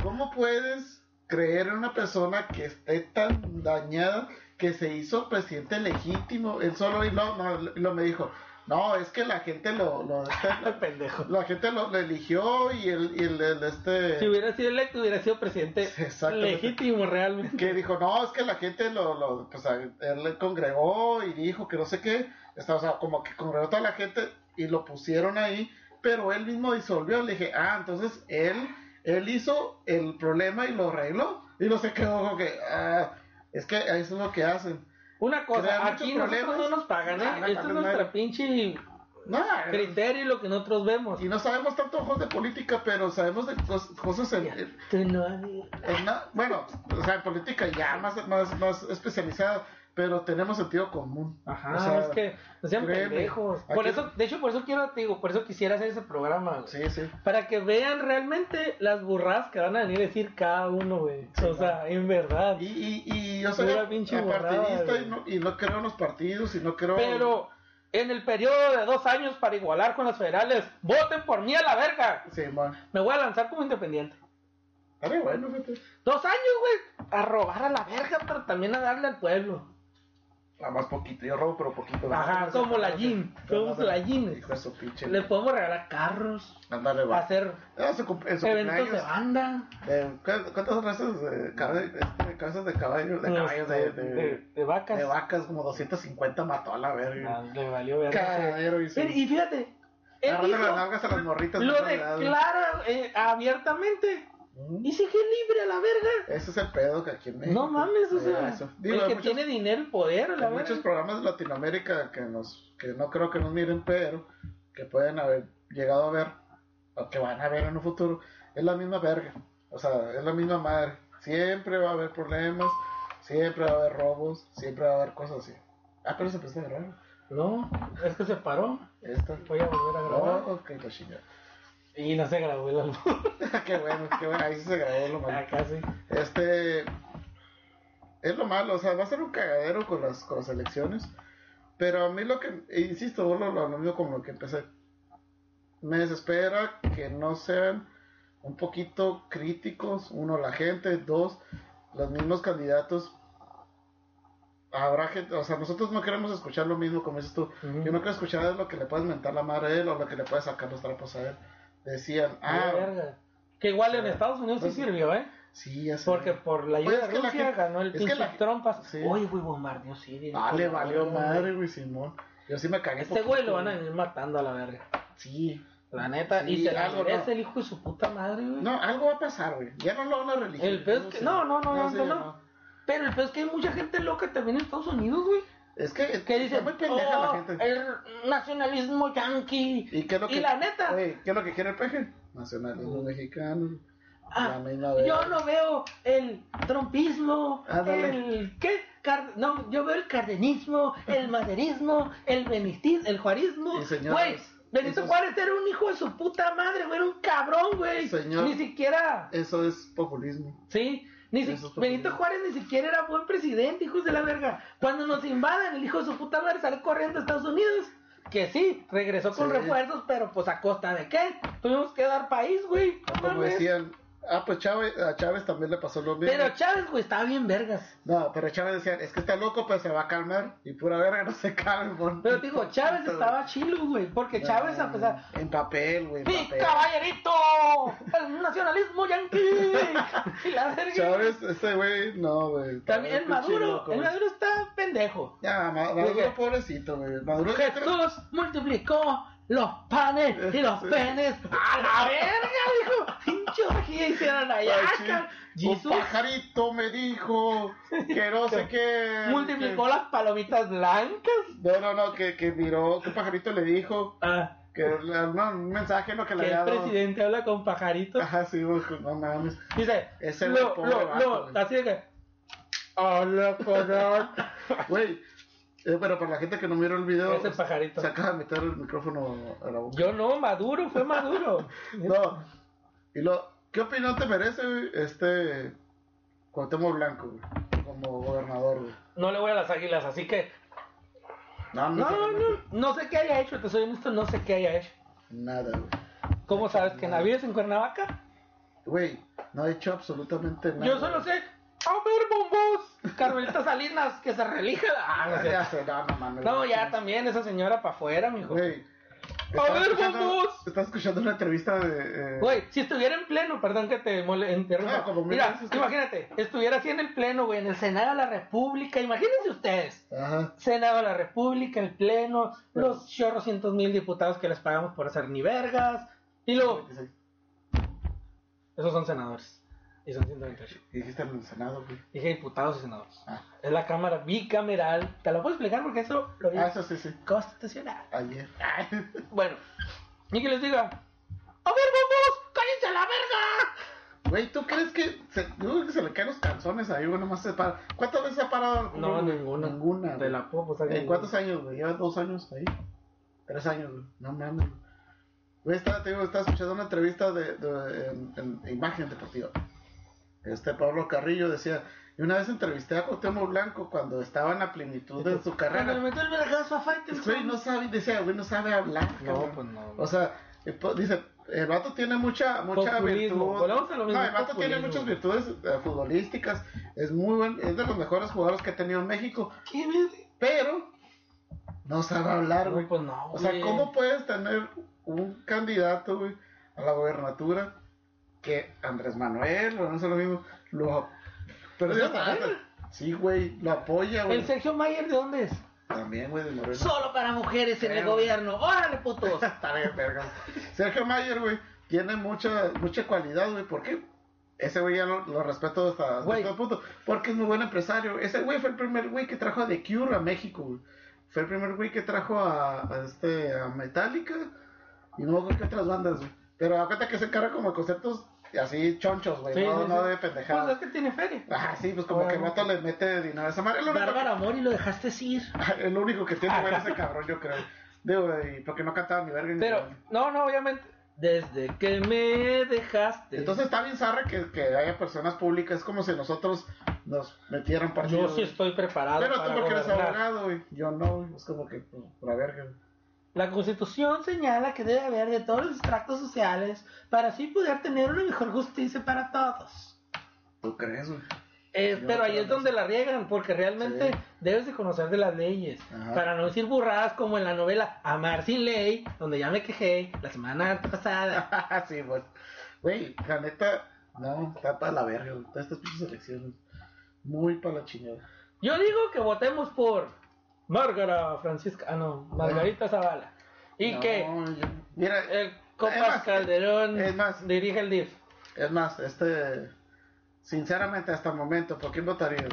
[SPEAKER 1] ¿Cómo puedes creer en una persona que esté tan dañada que se hizo presidente legítimo? Él solo y no, no, lo me dijo. No, es que la gente lo, lo- *laughs*
[SPEAKER 2] Ay, pendejo.
[SPEAKER 1] la gente lo, lo eligió y el, y el, el, este
[SPEAKER 2] Si hubiera sido electo, hubiera sido presidente
[SPEAKER 1] *laughs* Exactamente.
[SPEAKER 2] legítimo realmente.
[SPEAKER 1] que dijo no es que la gente lo, lo pues a- él le congregó y dijo que no sé qué está, o sea como que congregó a toda la gente y lo pusieron ahí pero él mismo disolvió le dije ah entonces él él hizo el problema y lo arregló y no se quedó como que ah, es que eso es lo que hacen
[SPEAKER 2] Una
[SPEAKER 1] Crea
[SPEAKER 2] cosa,
[SPEAKER 1] muchos
[SPEAKER 2] aquí nosotros
[SPEAKER 1] problemas.
[SPEAKER 2] no nos pagan, ¿eh?
[SPEAKER 1] Ah, no,
[SPEAKER 2] Esto es
[SPEAKER 1] no, no.
[SPEAKER 2] nuestra pinche
[SPEAKER 1] no
[SPEAKER 2] criterio y lo que nosotros vemos.
[SPEAKER 1] y no sabemos tanto ojos de política pero sabemos de cos- cosas en, en-
[SPEAKER 2] Tú no-
[SPEAKER 1] en na- bueno o sea en política ya más más más especializada pero tenemos sentido común
[SPEAKER 2] Ajá,
[SPEAKER 1] O sea,
[SPEAKER 2] es que no sean
[SPEAKER 1] créeme,
[SPEAKER 2] pendejos. Por
[SPEAKER 1] aquí-
[SPEAKER 2] eso, de hecho, por eso quiero, te digo, por eso quisiera hacer ese programa, güey.
[SPEAKER 1] sí sí
[SPEAKER 2] Para que vean realmente las burradas que van a venir a decir cada uno, güey.
[SPEAKER 1] Sí,
[SPEAKER 2] o sea, en verdad.
[SPEAKER 1] Y, y, y yo soy
[SPEAKER 2] Pura pinche
[SPEAKER 1] partidista
[SPEAKER 2] borrada,
[SPEAKER 1] y no, y no creo en los partidos y no creo.
[SPEAKER 2] Pero en el periodo de dos años para igualar con las federales, voten por mí a la verga.
[SPEAKER 1] Sí, man.
[SPEAKER 2] Me voy a lanzar como independiente.
[SPEAKER 1] Estaría bueno, fíjate.
[SPEAKER 2] Dos años, güey, a robar a la verga, pero también a darle al pueblo.
[SPEAKER 1] Nada más poquito. Yo robo, pero poquito.
[SPEAKER 2] Ajá, como la Jim. Somos la Jim.
[SPEAKER 1] Hijo de su pinche.
[SPEAKER 2] Les podemos regalar carros,
[SPEAKER 1] Ándale, va.
[SPEAKER 2] hacer
[SPEAKER 1] Era su cum- en su
[SPEAKER 2] eventos de
[SPEAKER 1] cumpleaños,
[SPEAKER 2] banda.
[SPEAKER 1] eh, ¿cu- ¿Cuántas razas de caballo- este, cabezas de caballo? De caballos, de, de,
[SPEAKER 2] este, de- de vacas.
[SPEAKER 1] de vacas, como 250 mató a la
[SPEAKER 2] Ah,
[SPEAKER 1] verga.
[SPEAKER 2] le valió verga.
[SPEAKER 1] Cagadero hizo.
[SPEAKER 2] Pero, Y fíjate, él
[SPEAKER 1] Agarrándole
[SPEAKER 2] dijo,
[SPEAKER 1] las nalgas a las morritas.
[SPEAKER 2] lo
[SPEAKER 1] no le da-
[SPEAKER 2] declara eh, abiertamente
[SPEAKER 1] Mm.
[SPEAKER 2] y sigue libre a la verga.
[SPEAKER 1] Ese es el pedo que aquí en México.
[SPEAKER 2] No mames, o
[SPEAKER 1] eh,
[SPEAKER 2] sea,
[SPEAKER 1] eso. Digo,
[SPEAKER 2] el
[SPEAKER 1] hay
[SPEAKER 2] que
[SPEAKER 1] muchos-
[SPEAKER 2] tiene dinero y poder, a la
[SPEAKER 1] Hay muchos
[SPEAKER 2] verga.
[SPEAKER 1] programas de Latinoamérica que nos que no creo que nos miren, pero que pueden haber llegado a ver o que van a ver en un futuro, es la misma verga. O sea, es la misma madre. Siempre va a haber problemas, siempre va a haber robos, siempre va a haber cosas así. Ah, pero se empieza a grabar.
[SPEAKER 2] No, es que se paró.
[SPEAKER 1] Esta.
[SPEAKER 2] Voy a volver a grabar.
[SPEAKER 1] Oh, ok, la chingada. *laughs*
[SPEAKER 2] Y no se grabó el álbum.
[SPEAKER 1] qué bueno, qué bueno. Ahí sí se grabó lo malo.
[SPEAKER 2] Acá sí.
[SPEAKER 1] Este. Es lo malo, o sea, va a ser un cagadero con las, con las elecciones. Pero a mí lo que. e Insisto, vuelvo a lo, lo mismo como lo que empecé. Me desespera que no sean un poquito críticos. Uno, la gente. Dos, los mismos candidatos. Habrá gente. O sea, nosotros no queremos escuchar lo mismo, como dices tú.
[SPEAKER 2] Ujú.
[SPEAKER 1] Yo no quiero escuchar es lo que le puedes mentar la madre a él o lo que le puedes sacar los trapos a él. Decían,
[SPEAKER 2] La
[SPEAKER 1] ah,
[SPEAKER 2] verga. Que igual en Estados Unidos sí
[SPEAKER 1] Entonces-
[SPEAKER 2] sirvió, ¿eh?
[SPEAKER 1] sí, ya sé.
[SPEAKER 2] Porque por la ayuda
[SPEAKER 1] Oye, pues, es que
[SPEAKER 2] de
[SPEAKER 1] la
[SPEAKER 2] Rusia
[SPEAKER 1] gente-
[SPEAKER 2] ganó el
[SPEAKER 1] es que
[SPEAKER 2] pinche
[SPEAKER 1] la-
[SPEAKER 2] trompas.
[SPEAKER 1] sí.
[SPEAKER 2] Oye, güey, bombardeó Siria.
[SPEAKER 1] Ah, le valió
[SPEAKER 2] Güey.
[SPEAKER 1] madre, güey, Simón. Yo sí me cagué.
[SPEAKER 2] Este güey lo van a venir matando a la verga.
[SPEAKER 1] Sí.
[SPEAKER 2] La neta,
[SPEAKER 1] Sí,
[SPEAKER 2] y se la
[SPEAKER 1] algo,
[SPEAKER 2] merece
[SPEAKER 1] no.
[SPEAKER 2] el hijo de su puta madre, güey.
[SPEAKER 1] No, algo va a pasar, güey. Ya no lo van a religir.
[SPEAKER 2] El pedo es que- no, no, no,
[SPEAKER 1] sí,
[SPEAKER 2] no, no. Pero el peor es que hay mucha gente loca también en Estados Unidos, güey.
[SPEAKER 1] Es que, es
[SPEAKER 2] Que
[SPEAKER 1] que
[SPEAKER 2] dice,
[SPEAKER 1] está muy pendeja
[SPEAKER 2] "Oh,
[SPEAKER 1] la gente.
[SPEAKER 2] el nacionalismo yanqui.
[SPEAKER 1] ¿Y qué es lo que.?
[SPEAKER 2] la neta,
[SPEAKER 1] Oye, ¿qué es lo que quiere el peje? Nacionalismo
[SPEAKER 2] Mm.
[SPEAKER 1] mexicano. la
[SPEAKER 2] ah,
[SPEAKER 1] misma vez.
[SPEAKER 2] yo no veo el trompismo,
[SPEAKER 1] Ándale.
[SPEAKER 2] el... ¿Qué? Car- no, yo veo el cardenismo, el maderismo, el benitismo, el juarismo.
[SPEAKER 1] Y señores,
[SPEAKER 2] Güey, Benito
[SPEAKER 1] esos-
[SPEAKER 2] Juárez era un hijo de su puta madre, güey, era un cabrón, güey.
[SPEAKER 1] Señor.
[SPEAKER 2] Ni siquiera...
[SPEAKER 1] Eso es populismo.
[SPEAKER 2] Sí, ni si-
[SPEAKER 1] Eso es populismo.
[SPEAKER 2] Benito Juárez ni siquiera era buen presidente, hijos de la verga. Cuando nos invadan, el hijo de su puta madre sale corriendo a Estados Unidos. Que sí, regresó con
[SPEAKER 1] Sí.
[SPEAKER 2] refuerzos, pero pues a costa de qué? Tuvimos que dar país, güey. No
[SPEAKER 1] Como
[SPEAKER 2] mames.
[SPEAKER 1] decían. Ah, pues Chávez, a Chávez también le pasó lo mismo.
[SPEAKER 2] Pero Chávez, güey, estaba bien vergas.
[SPEAKER 1] No, pero Chávez decían, es que está loco, pero se va a calmar. Y pura verga *laughs* no se calma. mon.
[SPEAKER 2] Pero te digo, Chávez
[SPEAKER 1] Puta,
[SPEAKER 2] estaba chilo, güey, porque Chávez a pesar...
[SPEAKER 1] En papel, güey. en
[SPEAKER 2] ¡Mi
[SPEAKER 1] papel.
[SPEAKER 2] caballerito! ¡El nacionalismo yanqui! Y la verga.
[SPEAKER 1] Chávez, ese güey, no, güey.
[SPEAKER 2] También el
[SPEAKER 1] Pinche
[SPEAKER 2] Maduro,
[SPEAKER 1] loco,
[SPEAKER 2] el
[SPEAKER 1] güey.
[SPEAKER 2] Maduro está pendejo.
[SPEAKER 1] Ya, Ma- Maduro,
[SPEAKER 2] Dije-
[SPEAKER 1] pobrecito, güey. Maduro,
[SPEAKER 2] Jesús multiplicó los panes y los penes a la verga, *laughs* dijo. Pinche orgía hicieron allá.
[SPEAKER 1] Ay, sí.
[SPEAKER 2] car-
[SPEAKER 1] un
[SPEAKER 2] Jesús
[SPEAKER 1] pajarito me dijo que no sé qué.
[SPEAKER 2] multiplicó las palomitas blancas.
[SPEAKER 1] No, no, no, que, que miró, que un pajarito le dijo
[SPEAKER 2] Ah,
[SPEAKER 1] que le- no, un mensaje lo que le
[SPEAKER 2] que
[SPEAKER 1] había
[SPEAKER 2] el
[SPEAKER 1] dado.
[SPEAKER 2] presidente habla con pajaritos.
[SPEAKER 1] Ajá, sí, güey, pues, no mames.
[SPEAKER 2] Dice,
[SPEAKER 1] Ese era el
[SPEAKER 2] lo,
[SPEAKER 1] pobre
[SPEAKER 2] lo,
[SPEAKER 1] vato,
[SPEAKER 2] lo,
[SPEAKER 1] güey.
[SPEAKER 2] así de que. "Oh, Habla con
[SPEAKER 1] *laughs* Güey, eh, pero para la gente que no miró el video,
[SPEAKER 2] Ese pajarito.
[SPEAKER 1] se acaba de meter el micrófono a la boca.
[SPEAKER 2] Yo no, Maduro, fue Maduro.
[SPEAKER 1] *laughs* No. Y lo, ¿qué opinión te merece güey, este Cuauhtémoc Blanco, güey, como gobernador, güey?
[SPEAKER 2] No le voy a las águilas, así que. No,
[SPEAKER 1] sé,
[SPEAKER 2] no, no, no sé qué haya hecho, te soy honesto, no sé qué haya hecho.
[SPEAKER 1] Nada, güey.
[SPEAKER 2] ¿Cómo sabes que Navidad en Cuernavaca?
[SPEAKER 1] Güey, no he hecho absolutamente nada.
[SPEAKER 2] Yo solo sé, a ver bombos, Carmelita Salinas, que se relija. *laughs* Ah, no, es
[SPEAKER 1] Ya
[SPEAKER 2] cierto.
[SPEAKER 1] sé, no, no mames.
[SPEAKER 2] No, ya también esa señora para afuera, mijo.
[SPEAKER 1] Güey.
[SPEAKER 2] A ver,
[SPEAKER 1] escuchando-
[SPEAKER 2] vamos.
[SPEAKER 1] Estaba escuchando una entrevista de. eh,
[SPEAKER 2] Güey, si estuviera en pleno, perdón que te mole, interrumpa.
[SPEAKER 1] Ah, como mil
[SPEAKER 2] Mira,
[SPEAKER 1] *laughs* veces, sí.
[SPEAKER 2] imagínate, estuviera así en el pleno, güey, en el Senado de la República, imagínense ustedes.
[SPEAKER 1] Ajá.
[SPEAKER 2] Senado de la República, el pleno, los chorrocientos mil diputados que les pagamos por hacer ni vergas. Y luego, esos son senadores. Y son 128.
[SPEAKER 1] Dijiste en el Senado, güey.
[SPEAKER 2] Dije diputados y senadores.
[SPEAKER 1] Ah.
[SPEAKER 2] Es la Cámara bicameral. Te lo puedo explicar porque eso lo dice
[SPEAKER 1] Ah, eso sí, sí.
[SPEAKER 2] constitucional.
[SPEAKER 1] Ayer. *laughs*
[SPEAKER 2] Bueno, ni que les diga, a ver, bombos, cállense a la verga.
[SPEAKER 1] Güey, ¿tú crees que.? Se, yo creo que se le caen los calzones ahí, güey. Nomás se para. ¿Cuántas veces se ha parado?
[SPEAKER 2] No,
[SPEAKER 1] güey?
[SPEAKER 2] ninguna.
[SPEAKER 1] Ninguna.
[SPEAKER 2] Te
[SPEAKER 1] güey.
[SPEAKER 2] la puedo pasar.
[SPEAKER 1] ¿En cuántos años, güey? Lleva dos años ahí. Tres años, güey. No mames, güey. Güey, estaba, te digo, estaba escuchando una entrevista de, de- en, en Imagen Deportiva. Este Pablo Carrillo decía, y una vez entrevisté a Cuauhtémoc Blanco cuando estaba en la plenitud de su
[SPEAKER 2] Cuando le
[SPEAKER 1] carrera.
[SPEAKER 2] metió el vergazo a Faitelson.
[SPEAKER 1] Güey, no sabe, decía, güey, no sabe hablar.
[SPEAKER 2] No,
[SPEAKER 1] cabrón.
[SPEAKER 2] pues no.
[SPEAKER 1] O sea, esto- dice, el vato tiene mucha, mucha
[SPEAKER 2] Populismo.
[SPEAKER 1] virtud.
[SPEAKER 2] Volvemos a lo mismo,
[SPEAKER 1] No, el vato tiene
[SPEAKER 2] populismo.
[SPEAKER 1] muchas virtudes eh, futbolísticas. Es muy buen, es de los mejores jugadores que ha tenido en México.
[SPEAKER 2] ¿Qué verga?
[SPEAKER 1] pero no sabe hablar, güey.
[SPEAKER 2] Güey, pues no,
[SPEAKER 1] O sea,
[SPEAKER 2] güey.
[SPEAKER 1] ¿cómo puedes tener un candidato, güey, a la gobernatura que Andrés Manuel, o no sé lo mismo, lo... Pero
[SPEAKER 2] Pues
[SPEAKER 1] ya
[SPEAKER 2] no mames.
[SPEAKER 1] Sí, güey, lo apoya,
[SPEAKER 2] ¿El
[SPEAKER 1] güey.
[SPEAKER 2] Sergio Mayer de dónde es?
[SPEAKER 1] También, güey, de Morena.
[SPEAKER 2] Solo para mujeres en el
[SPEAKER 1] Verga.
[SPEAKER 2] gobierno. ¡Órale,
[SPEAKER 1] *laughs*
[SPEAKER 2] putos!
[SPEAKER 1] Está bien, verga. Sergio Mayer, güey, tiene mucha, mucha cualidad, güey, porque ese güey ya lo, lo respeto hasta, hasta
[SPEAKER 2] Güey.
[SPEAKER 1] todo punto. Porque es muy buen empresario. Ese güey fue el primer güey que trajo a The Cure a México, güey. Fue el primer güey que trajo a, a este, a Metallica y no creo que otras bandas, güey. Pero da cuenta que se encarga como de conceptos así chonchos, güey.
[SPEAKER 2] Sí,
[SPEAKER 1] no,
[SPEAKER 2] sí,
[SPEAKER 1] no
[SPEAKER 2] sí.
[SPEAKER 1] de
[SPEAKER 2] Pues es
[SPEAKER 1] pendejadas.
[SPEAKER 2] que tiene feria.
[SPEAKER 1] Ah, sí, pues como
[SPEAKER 2] Bueno.
[SPEAKER 1] que el vato le mete dinero a esa madre. Es lo único que-
[SPEAKER 2] Bárbara Mori lo dejaste ir.
[SPEAKER 1] Es lo único que *laughs* tiene,
[SPEAKER 2] *laughs*
[SPEAKER 1] güey, ese cabrón, yo creo. Digo, y porque no cantaba ni verga ni
[SPEAKER 2] Pero,
[SPEAKER 1] nada.
[SPEAKER 2] no, no, obviamente. Desde que me dejaste.
[SPEAKER 1] Entonces está bien zarra que, que haya personas públicas, es como si nosotros nos metieran partido.
[SPEAKER 2] yo sí estoy preparado
[SPEAKER 1] Pero tú
[SPEAKER 2] para
[SPEAKER 1] porque eres
[SPEAKER 2] gobernar.
[SPEAKER 1] abogado, güey. Yo no, güey. Es como que, pues, la verga. güey.
[SPEAKER 2] La Constitución señala que debe haber de todos los estratos sociales para así poder tener una mejor justicia para todos.
[SPEAKER 1] ¿Tú crees, *laughs* güey?
[SPEAKER 2] Eh,
[SPEAKER 1] Yo
[SPEAKER 2] pero ahí
[SPEAKER 1] creo
[SPEAKER 2] es
[SPEAKER 1] que
[SPEAKER 2] donde la riegan, porque realmente
[SPEAKER 1] Sí.
[SPEAKER 2] debes de conocer de las leyes,
[SPEAKER 1] Ajá.
[SPEAKER 2] para no decir burradas como en la novela Amar sin ley, donde ya me quejé la semana pasada.
[SPEAKER 1] sí, pues. Güey, la neta, no, está para la verga, güey. Todas estas pinches elecciones. Muy para la chingada.
[SPEAKER 2] Yo digo que votemos por Margarita Francisca, ah no, Margarita Zavala, y
[SPEAKER 1] No,
[SPEAKER 2] que
[SPEAKER 1] yo- Mira,
[SPEAKER 2] el Copas
[SPEAKER 1] Es más,
[SPEAKER 2] Calderón
[SPEAKER 1] es más.
[SPEAKER 2] dirige el DIF.
[SPEAKER 1] es más, este. Sinceramente, hasta el momento, ¿por quién votaría? güey?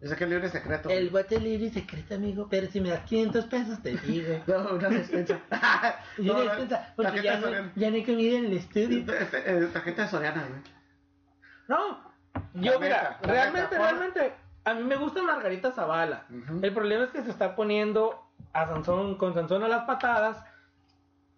[SPEAKER 1] Yo sé que el libre secreto. güey.
[SPEAKER 2] El voto es libre y secreto, amigo, pero si me das 500 pesos te
[SPEAKER 1] *laughs*
[SPEAKER 2] digo.
[SPEAKER 1] No, una despensa.
[SPEAKER 2] *laughs* Y
[SPEAKER 1] No,
[SPEAKER 2] una
[SPEAKER 1] no,
[SPEAKER 2] despensa, porque ya
[SPEAKER 1] tarjeta
[SPEAKER 2] no,
[SPEAKER 1] Soriana.
[SPEAKER 2] ya no hay comida en el estudio.
[SPEAKER 1] Este, eh, tarjeta de Soriana, güey.
[SPEAKER 2] No,
[SPEAKER 1] La
[SPEAKER 2] yo mira,
[SPEAKER 1] neta, la
[SPEAKER 2] realmente,
[SPEAKER 1] neta, por-
[SPEAKER 2] realmente, a mí me gusta Margarita Zavala.
[SPEAKER 1] Ujú.
[SPEAKER 2] El problema es que se está poniendo a Sansón, con Sansón a las patadas,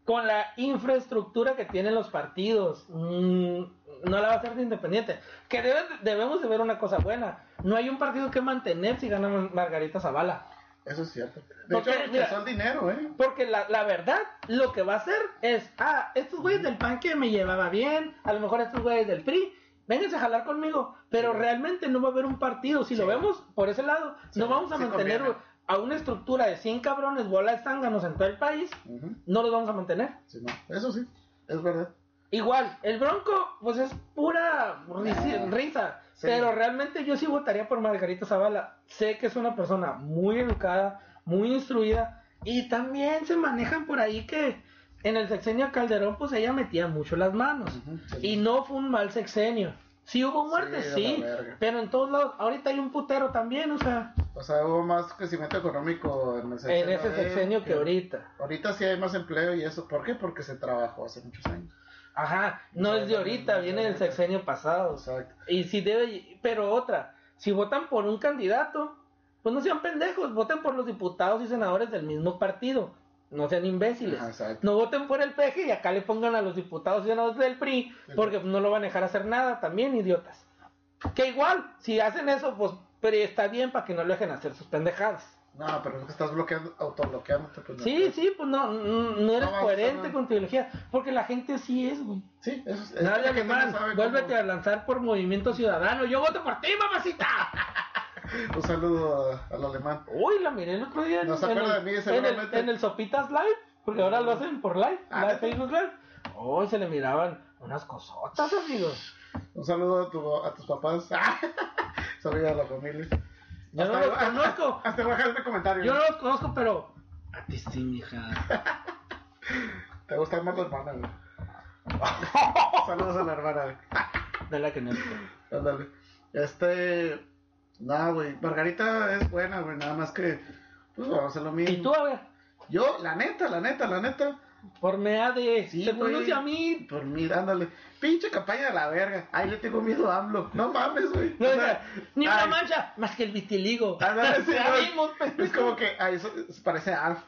[SPEAKER 2] con la infraestructura que tienen los partidos. Mm, no la va a hacer de independiente. Que debe- debemos de ver una cosa buena. No hay un partido que mantener si gana Margarita Zavala.
[SPEAKER 1] Eso es cierto. De
[SPEAKER 2] Porque,
[SPEAKER 1] hecho,
[SPEAKER 2] mira-
[SPEAKER 1] empezó el dinero, ¿eh?
[SPEAKER 2] Porque la, la verdad, lo que va a hacer es, ah, estos güeyes del PAN que me llevaba bien, a lo mejor estos güeyes del PRI, vénganse a jalar conmigo, pero realmente no va a haber un partido, si lo
[SPEAKER 1] Sí.
[SPEAKER 2] vemos por ese lado,
[SPEAKER 1] Sí,
[SPEAKER 2] no vamos a
[SPEAKER 1] sí
[SPEAKER 2] mantener
[SPEAKER 1] conviene.
[SPEAKER 2] a una estructura de 100 cabrones, bola de zánganos en todo el país,
[SPEAKER 1] Ujú.
[SPEAKER 2] no los vamos a mantener.
[SPEAKER 1] Sí, no. Eso sí, es verdad.
[SPEAKER 2] Igual, el Bronco, pues es pura risi-
[SPEAKER 1] Ah,
[SPEAKER 2] risa.
[SPEAKER 1] sí.
[SPEAKER 2] Pero realmente yo sí votaría por Margarita Zavala. Sé que es una persona muy educada, muy instruida. Y también se manejan por ahí que en el sexenio Calderón, pues ella metía mucho las manos.
[SPEAKER 1] Ujú, sí.
[SPEAKER 2] Y no fue un mal sexenio. Sí hubo muertes,
[SPEAKER 1] Sí,
[SPEAKER 2] sí.
[SPEAKER 1] a la verga.
[SPEAKER 2] Pero en todos lados, ahorita hay un putero también, o sea,
[SPEAKER 1] O sea, hubo más crecimiento económico en, el sexenio
[SPEAKER 2] en ese
[SPEAKER 1] de él
[SPEAKER 2] sexenio que ahorita.
[SPEAKER 1] Ahorita sí hay más empleo y eso. ¿Por qué? Porque se trabajó hace muchos años.
[SPEAKER 2] Ajá,
[SPEAKER 1] Sí,
[SPEAKER 2] no es de
[SPEAKER 1] no, no,
[SPEAKER 2] ahorita,
[SPEAKER 1] no,
[SPEAKER 2] viene del
[SPEAKER 1] ahorita.
[SPEAKER 2] sexenio pasado. o sea.
[SPEAKER 1] Exacto.
[SPEAKER 2] Y si debe, pero otra, si votan por un candidato, pues no sean pendejos, voten por los diputados y senadores del mismo partido, no sean imbéciles.
[SPEAKER 1] Ajá, exacto.
[SPEAKER 2] No voten por el PG y acá le pongan a los diputados y senadores del PRI, porque no lo van a dejar hacer nada, también idiotas. Que igual, si hacen eso, pues pero está bien para que no lo dejen hacer sus pendejadas.
[SPEAKER 1] No, pero es que estás bloqueando, autobloqueándote. Pues, no.
[SPEAKER 2] Sí, sí, pues no, no no eres
[SPEAKER 1] Avanza,
[SPEAKER 2] coherente
[SPEAKER 1] ¿no?
[SPEAKER 2] con tu ideología, porque la gente sí es, güey.
[SPEAKER 1] Sí, eso es. es que
[SPEAKER 2] Nadie
[SPEAKER 1] la gente no
[SPEAKER 2] alemán,
[SPEAKER 1] sabe
[SPEAKER 2] vuélvete
[SPEAKER 1] cómo-
[SPEAKER 2] a lanzar por Movimiento Ciudadano. Yo voto por ti, mamacita.
[SPEAKER 1] Un saludo a- al alemán.
[SPEAKER 2] Uy, la miré el otro día en,
[SPEAKER 1] No se
[SPEAKER 2] en
[SPEAKER 1] acuerda
[SPEAKER 2] el,
[SPEAKER 1] de mí,
[SPEAKER 2] en el-
[SPEAKER 1] seguramente.
[SPEAKER 2] en el Sopitas Live, porque ahora lo hacen por live,
[SPEAKER 1] Ah,
[SPEAKER 2] live
[SPEAKER 1] ¿neta?
[SPEAKER 2] Facebook Live. Uy, se le miraban unas cosotas, amigos.
[SPEAKER 1] Un saludo a, tu, a tus papás. *laughs* Saludos a la familia.
[SPEAKER 2] Yo no los conozco.
[SPEAKER 1] *laughs* Hasta voy a dejar este comentario.
[SPEAKER 2] Yo no los conozco, pero a ti sí, mija.
[SPEAKER 1] Te gusta más la hermana,
[SPEAKER 2] *laughs*
[SPEAKER 1] güey. Saludos a la hermana, güey.
[SPEAKER 2] De la que no es.
[SPEAKER 1] Ándale. Este. Nada, güey. Margarita es buena, güey. Nada más que. Pues vamos a hacer lo mismo.
[SPEAKER 2] Y tú, a ver,
[SPEAKER 1] Yo, la neta, la neta, la neta.
[SPEAKER 2] por mea de.
[SPEAKER 1] Sí,
[SPEAKER 2] te
[SPEAKER 1] güey.
[SPEAKER 2] pronuncia a mí.
[SPEAKER 1] Por mí, ándale. Pinche campaña de la verga. Ahí le tengo miedo a AMLO. No mames, güey.
[SPEAKER 2] No,
[SPEAKER 1] O
[SPEAKER 2] o
[SPEAKER 1] sea,
[SPEAKER 2] sea, ni una
[SPEAKER 1] ay,
[SPEAKER 2] mancha, más que el vitiligo. *laughs*
[SPEAKER 1] ándale, Ah, sí,
[SPEAKER 2] Ya
[SPEAKER 1] güey.
[SPEAKER 2] vimos, pendejo.
[SPEAKER 1] Es como que. Ay, eso, eso parece Alf.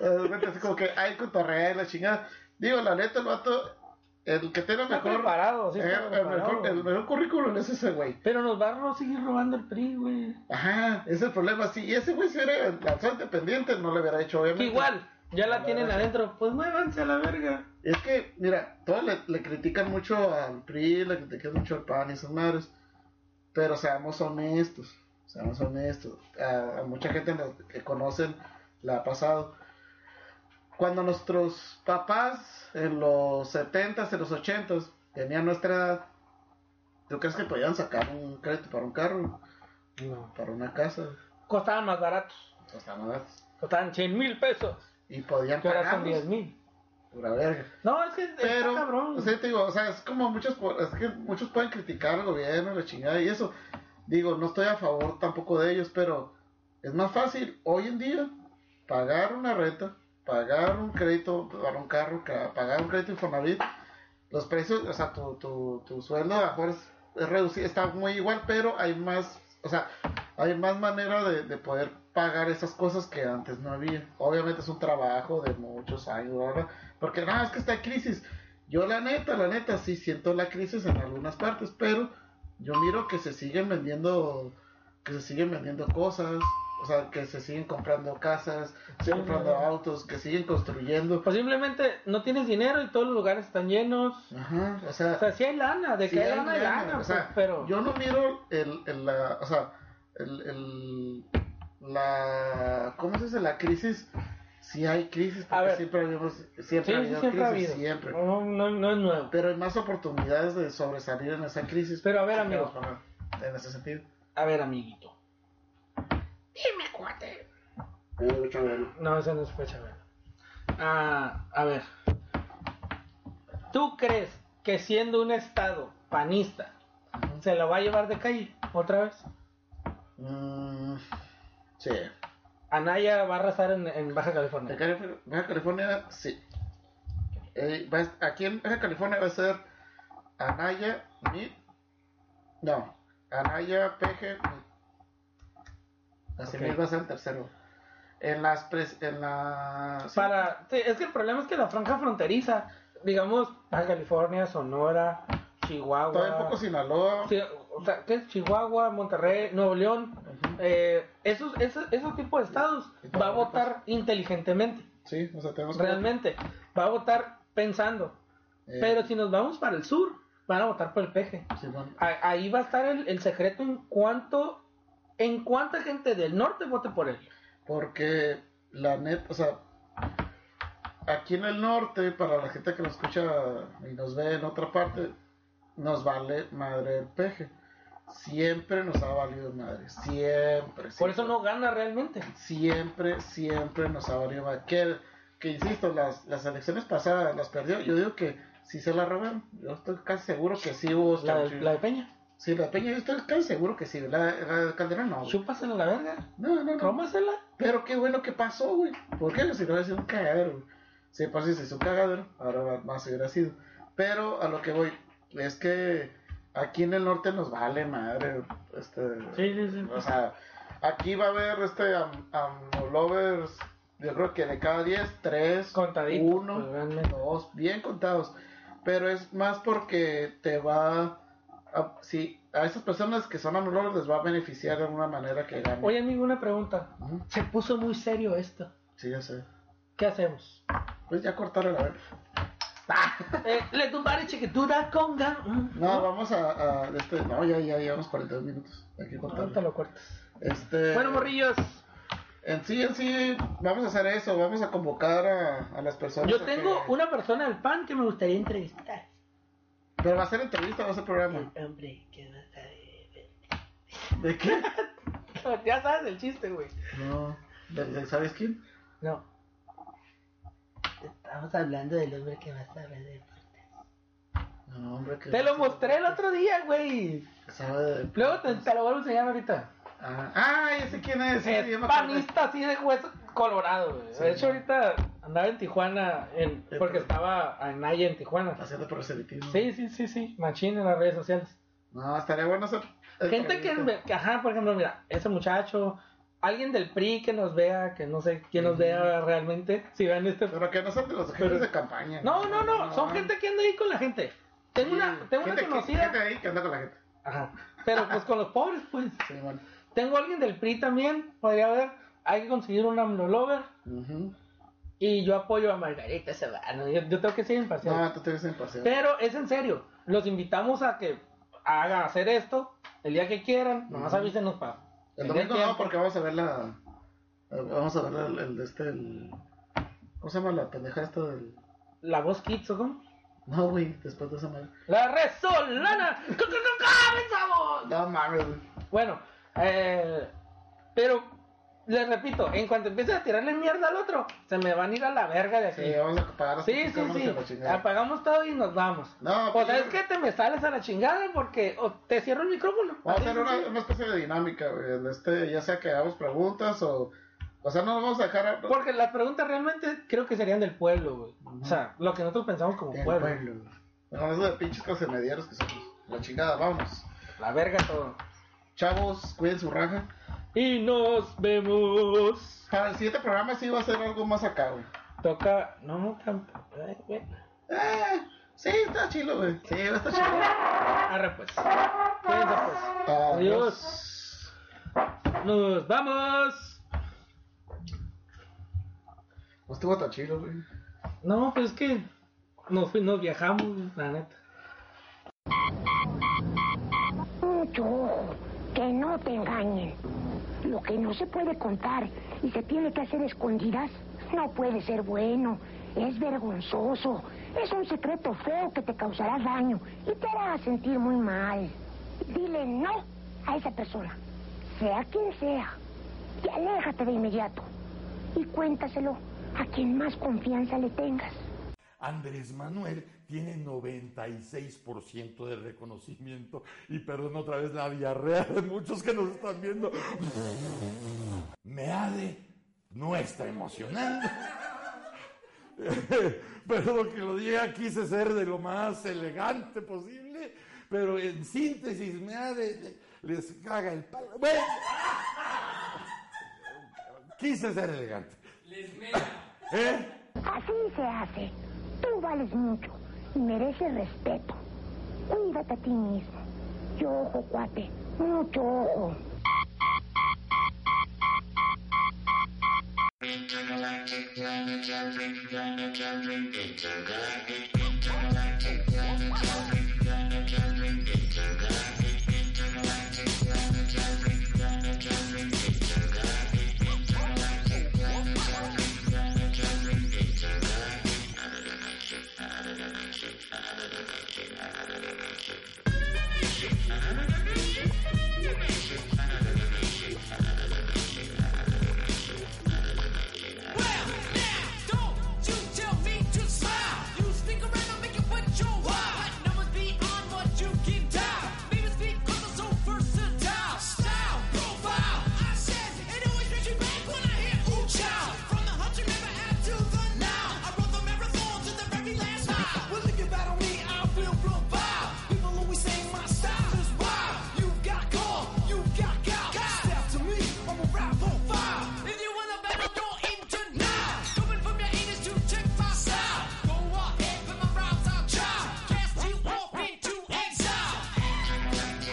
[SPEAKER 1] Ah, Es como que. Ay, cotorrea y la chingada. Digo, la neta, el vato. El que tenga
[SPEAKER 2] Está
[SPEAKER 1] mejor.
[SPEAKER 2] preparado, sí
[SPEAKER 1] eh,
[SPEAKER 2] está
[SPEAKER 1] el,
[SPEAKER 2] preparado.
[SPEAKER 1] mejor, el mejor currículum es ese, güey.
[SPEAKER 2] Pero nos va a ro- seguir robando el PRI, güey.
[SPEAKER 1] Ajá, ese es el problema. Si ese güey se hubiera lanzado independiente, no le hubiera hecho, obviamente.
[SPEAKER 2] Que igual, ya la tienen
[SPEAKER 1] verdad,
[SPEAKER 2] adentro. Pues muévanse a la verga.
[SPEAKER 1] Es que, mira, todos le, le critican mucho al PRI, le critican mucho al PAN y sus madres. Pero seamos honestos. Seamos honestos. A, a mucha gente nos- que conocen la ha pasado. Cuando nuestros papás en los 70s, en los 80s, tenían nuestra edad, ¿tú crees que podían sacar un crédito para un carro?
[SPEAKER 2] No.
[SPEAKER 1] Para una casa.
[SPEAKER 2] Costaban más baratos.
[SPEAKER 1] Hasta más.
[SPEAKER 2] Costaban 100 mil pesos.
[SPEAKER 1] Y podían
[SPEAKER 2] Que ahora son 10
[SPEAKER 1] pagarlos.
[SPEAKER 2] mil.
[SPEAKER 1] Pura verga.
[SPEAKER 2] No, es que
[SPEAKER 1] Pero,
[SPEAKER 2] está cabrón.
[SPEAKER 1] o sea, te digo, o sea, es como muchos, po- es que muchos pueden criticar al gobierno, la chingada y eso. Digo, no estoy a favor tampoco de ellos, pero es más fácil hoy en día pagar una renta, pagar un crédito para un carro, ca- pagar un crédito Infonavit. Los precios, o sea, tu, tu, tu sueldo a lo mejor es, es reducido, está muy igual, pero hay más, o sea, hay más manera de, de poder pagar esas cosas que antes no había. Obviamente es un trabajo de muchos años, ¿verdad? Porque nada, es que está en crisis. Yo la neta, la neta, sí siento la crisis en algunas partes, pero yo miro que se siguen vendiendo, que se siguen vendiendo cosas, o sea, que se siguen comprando casas, se siguen comprando autos, que siguen construyendo.
[SPEAKER 2] Pues simplemente no tienes dinero y todos los lugares están llenos.
[SPEAKER 1] Ajá, o
[SPEAKER 2] O
[SPEAKER 1] sea,
[SPEAKER 2] sea, sí hay lana, de
[SPEAKER 1] Sí,
[SPEAKER 2] que hay
[SPEAKER 1] hay
[SPEAKER 2] lana, hay
[SPEAKER 1] lana,
[SPEAKER 2] lana,
[SPEAKER 1] o sea,
[SPEAKER 2] pues, pero...
[SPEAKER 1] yo no miro el, el la, o sea, el, el- la, ¿cómo se dice? La crisis, si hay crisis,
[SPEAKER 2] A
[SPEAKER 1] porque
[SPEAKER 2] ver.
[SPEAKER 1] siempre habíamos,
[SPEAKER 2] Sí,
[SPEAKER 1] siempre ha
[SPEAKER 2] sí,
[SPEAKER 1] habido
[SPEAKER 2] siempre ha
[SPEAKER 1] crisis,
[SPEAKER 2] habido.
[SPEAKER 1] siempre.
[SPEAKER 2] No, no, no es nuevo.
[SPEAKER 1] Pero hay más oportunidades de sobresalir en esa crisis.
[SPEAKER 2] Pero a ver, amigo.
[SPEAKER 1] Ajá, En ese sentido.
[SPEAKER 2] A ver, amiguito. No, esa no es fecha, a ver. Ah, a ver. ¿Tú crees que siendo un estado panista
[SPEAKER 1] Ujú.
[SPEAKER 2] se la va a llevar de calle otra vez?
[SPEAKER 1] Mm, sí.
[SPEAKER 2] Anaya va a arrasar en, en Baja California.
[SPEAKER 1] En Calif- Baja California, sí. Eh, va a est- aquí en Baja California va a ser Anaya, Mid. No, Anaya, Peje, Mid. Así
[SPEAKER 2] Ok.
[SPEAKER 1] Mid va a ser el tercero. En las. pres- en la, sí.
[SPEAKER 2] Para, sí, es que el problema es que la franja fronteriza, digamos, Baja California, Sonora, Chihuahua.
[SPEAKER 1] Todavía un poco Sinaloa.
[SPEAKER 2] Sí, o sea, ¿qué es? Chihuahua, Monterrey, Nuevo León,
[SPEAKER 1] Ujú.
[SPEAKER 2] eh, esos, esos, esos tipos de estados
[SPEAKER 1] Y
[SPEAKER 2] va a
[SPEAKER 1] Tamaulipas.
[SPEAKER 2] votar inteligentemente,
[SPEAKER 1] Sí, o sea, tenemos. que-
[SPEAKER 2] realmente, va a votar pensando,
[SPEAKER 1] eh,
[SPEAKER 2] pero si nos vamos para el sur, van a votar por el peje.
[SPEAKER 1] Simón.
[SPEAKER 2] A- Ahí va a estar el, el secreto en cuanto, en cuánta gente del norte vote por él.
[SPEAKER 1] Porque la neta, o sea, aquí en el norte, para la gente que nos escucha y nos ve en otra parte, nos vale madre el peje. Siempre nos ha valido madre, siempre.
[SPEAKER 2] Por
[SPEAKER 1] siempre.
[SPEAKER 2] eso no gana realmente.
[SPEAKER 1] Siempre, siempre nos ha valido madre. Que, que insisto, las, las elecciones pasadas las perdió. Yo digo que sí se la robaron. Yo estoy casi seguro Pues que sí hubo.
[SPEAKER 2] La de,
[SPEAKER 1] chanchullo.
[SPEAKER 2] la de Peña.
[SPEAKER 1] Sí, la de Peña, yo estoy casi seguro que sí. La, la de Calderón no. güey.
[SPEAKER 2] Chúpasela la verga.
[SPEAKER 1] No, no, no.
[SPEAKER 2] Rómasela.
[SPEAKER 1] Pero qué bueno que pasó, güey. ¿Por qué? Si no hubiera sido un cagadero, güey. Si pasó y se hizo un cagadero, ahora va- más hubiera sido. Pero a lo que voy, es que aquí en el norte nos vale madre. Este,
[SPEAKER 2] sí, sí.
[SPEAKER 1] O sea, aquí va a haber este am- AMLOVERS, yo creo que de cada 10, 3,
[SPEAKER 2] Contadito.
[SPEAKER 1] uno,
[SPEAKER 2] pues, realmente.
[SPEAKER 1] dos, bien contados. Pero es más porque te va. A, si a esas personas que son AMLOVERS les va a beneficiar de alguna manera que ganen.
[SPEAKER 2] Oye, amigo, una pregunta.
[SPEAKER 1] Ujú,
[SPEAKER 2] Se puso muy serio esto.
[SPEAKER 1] Sí, ya sé.
[SPEAKER 2] ¿Qué hacemos?
[SPEAKER 1] Pues ya cortaron la verga.
[SPEAKER 2] Eh, le tumbaré chiquitura conga. Mm,
[SPEAKER 1] No, vamos a, a- este, no, ya, ya llevamos 42 minutos. Hay que
[SPEAKER 2] Ahorita
[SPEAKER 1] cortarlo.
[SPEAKER 2] lo cortas.
[SPEAKER 1] Este,
[SPEAKER 2] Eh, Bueno, morrillos,
[SPEAKER 1] En sí, en sí, vamos a hacer eso, vamos a convocar a, a las personas.
[SPEAKER 2] yo
[SPEAKER 1] a
[SPEAKER 2] tengo
[SPEAKER 1] que-
[SPEAKER 2] una persona del PAN que me gustaría entrevistar.
[SPEAKER 1] Pero va a ser entrevista, va a ser programa.
[SPEAKER 2] El hombre que no sabe.
[SPEAKER 1] ¿De qué?
[SPEAKER 2] *laughs* Ya sabes el chiste, güey.
[SPEAKER 1] *laughs* No. ¿De, de- sabes quién?
[SPEAKER 2] No. Estamos hablando del hombre que no sabe de
[SPEAKER 1] No, hombre, que.
[SPEAKER 2] Te lo mostré el otro día, güey.
[SPEAKER 1] Sabe de-
[SPEAKER 2] Luego te, te lo vuelvo a enseñar ahorita.
[SPEAKER 1] Ah, ah, ya sé quién es. sí,
[SPEAKER 2] Es
[SPEAKER 1] ya me acordé.
[SPEAKER 2] Eh, panista así de hueso colorado, güey.
[SPEAKER 1] Sí.
[SPEAKER 2] De hecho, ahorita andaba en Tijuana en,
[SPEAKER 1] Eh,
[SPEAKER 2] porque
[SPEAKER 1] pero- Ah,
[SPEAKER 2] estaba Anaya en Tijuana.
[SPEAKER 1] Haciendo proselitismo.
[SPEAKER 2] Sí, sí, sí, sí. Machín en las redes sociales.
[SPEAKER 1] No, estaría bueno hacer.
[SPEAKER 2] Gente que,
[SPEAKER 1] entrevista.
[SPEAKER 2] me- que, ajá, por ejemplo, mira, ese muchacho, alguien del PRI que nos vea, que no sé quién nos
[SPEAKER 1] Ujú.
[SPEAKER 2] vea realmente, si vean este...
[SPEAKER 1] Pero que no son de los
[SPEAKER 2] Pero-
[SPEAKER 1] agentes de campaña.
[SPEAKER 2] No, no, no, son gente que anda ahí con la gente. Tengo una, tengo una
[SPEAKER 1] Gente que-
[SPEAKER 2] conocida...
[SPEAKER 1] Gente ahí que anda con la gente.
[SPEAKER 2] Ajá. Pero pues con los pobres, pues.
[SPEAKER 1] Sí, bueno.
[SPEAKER 2] Tengo alguien del PRI también, podría haber. Hay que conseguir un AMLO lover.
[SPEAKER 1] Ujú.
[SPEAKER 2] Y yo apoyo a Margarita Serrano. Yo, yo tengo que ser imparcial.
[SPEAKER 1] No, tú tienes pasión.
[SPEAKER 2] Pero es en serio, los invitamos a que haga hacer esto el día que quieran, nomás
[SPEAKER 1] Ujú.
[SPEAKER 2] avísenos para
[SPEAKER 1] El
[SPEAKER 2] En el
[SPEAKER 1] domingo no,
[SPEAKER 2] tiempo.
[SPEAKER 1] porque vamos a ver la. eh, Vamos a ver el, el de este. el- ¿Cómo se llama la pendeja esta del.?
[SPEAKER 2] La voz Kids, ¿o cómo?
[SPEAKER 1] No, güey, después de esa madre.
[SPEAKER 2] La resolana. ¡Cu, cu, cu, comenzamos!
[SPEAKER 1] No mames, güey.
[SPEAKER 2] Bueno, eh, pero les repito, en cuanto empieces a tirarle mierda al otro, se me van a ir a la verga de aquí.
[SPEAKER 1] Sí, vamos a pagar hasta
[SPEAKER 2] Sí,
[SPEAKER 1] que
[SPEAKER 2] sí,
[SPEAKER 1] cámaras
[SPEAKER 2] sí. Ah,
[SPEAKER 1] de la chingada.
[SPEAKER 2] Apagamos todo y nos vamos.
[SPEAKER 1] No,
[SPEAKER 2] O
[SPEAKER 1] pues,
[SPEAKER 2] sabes
[SPEAKER 1] yo-
[SPEAKER 2] que te me sales a la chingada porque o te cierro el micrófono.
[SPEAKER 1] Vamos a
[SPEAKER 2] Así,
[SPEAKER 1] hacer una,
[SPEAKER 2] sí.
[SPEAKER 1] una especie de dinámica, güey. en Este, ya sea que hagamos preguntas o. O sea, no nos vamos a dejar. a-
[SPEAKER 2] Porque las preguntas realmente creo que serían del pueblo, güey. O sea, lo que nosotros pensamos como
[SPEAKER 1] Del
[SPEAKER 2] pueblo.
[SPEAKER 1] pueblo. No, eso de pinches casemedieros que somos. La chingada, vámonos.
[SPEAKER 2] La verga todo.
[SPEAKER 1] Chavos, cuiden su raja.
[SPEAKER 2] Y nos vemos.
[SPEAKER 1] Para el siguiente programa sí va a ser algo más acá, güey.
[SPEAKER 2] Toca. No, no, tampoco. Ay, güey.
[SPEAKER 1] Eh, sí, está chido, güey. Sí, va a estar chido.
[SPEAKER 2] Arre, pues. Cuídense, pues. Adiós. Nos vamos.
[SPEAKER 1] No estuvo tan chido, güey.
[SPEAKER 2] No, pues es que nos, fui- nos viajamos, la neta.
[SPEAKER 3] Mucho ojo, que no te engañen. Lo que no se puede contar y se tiene que hacer escondidas no puede ser bueno. Es vergonzoso. Es un secreto feo que te causará daño y te hará sentir muy mal. Dile no a esa persona, sea quien sea. Y aléjate de inmediato. Y cuéntaselo a quien más confianza le tengas.
[SPEAKER 4] Andrés Manuel tiene 96% de reconocimiento. Y perdón otra vez la diarrea de muchos que nos están viendo. Meade no está emocionando. *laughs* Perdón que lo diga, quise ser de lo más elegante posible. Pero en síntesis, Meade les caga el palo. Bueno, quise ser elegante. Les mea. ¿Eh?
[SPEAKER 3] Así se hace. Tú vales mucho y mereces respeto. Cuídate a ti mismo. Y ojo, cuate. Mucho ojo.
[SPEAKER 5] Well, now, don't you tell me to smile. You stick around and make it what you want. What numbers beyond what you can dial. Maybe it's because I'm so versatile. Style, profile, I said, it always brings me back when I hear ooh child. From the hunch you never had to the now. I run the marathon to the very last mile. Well, if you battle me, I will provide. People always say my style is wild. You got call, you got out. Step to me, I'm a rap on fire. If you wanna battle, you're in denial. Coming from your anus to check my style. Go ahead, put my rhymes out, child. Cast you off into exile.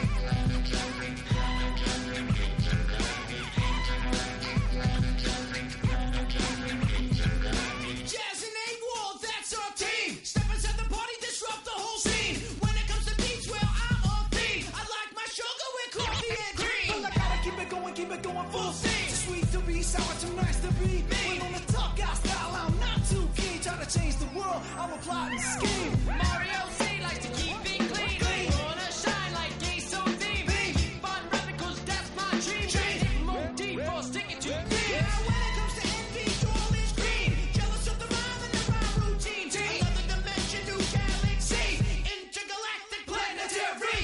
[SPEAKER 5] Jazz and A Wall, that's our team. Step inside the party, disrupt the whole scene. When it comes to beats, well, I'm on theme. I like my sugar with coffee and cream. Well, I gotta keep it going, keep it going full steam. Too sweet to be sour, too nice to be me. When on the top guy style, I'm not too keen. Try to change the world, I'm a plotting scheme. Mario C likes to keep it clean. Wanna shine like Ace on theme. Keep on rapping, cause that's my dream. Mo deep for sticking to things. When it comes to envy, all is green. Jealous of the rhyme and the rhyme routine. Another dimension, new galaxy. Intergalactic planetary.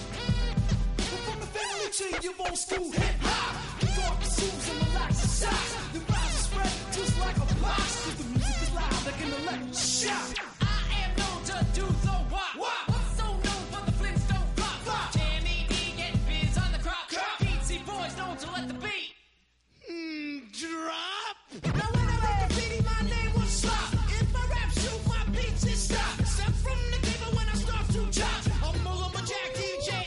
[SPEAKER 5] From the family to your old school hip hop. New York suits and the lights are socks. The rhymes are spread just like a box. Cause the music is live like an electric shock. I am known to do the what. What's so known for the Flintstone clock? Tammy E getting biz on the crop. Beatsy boys known to let the beat. drop. Now when I make a beat, my name will slop. If my rap shoot, my beats is stop. Step from the table when I start to chop. I'm all on my Jackie J.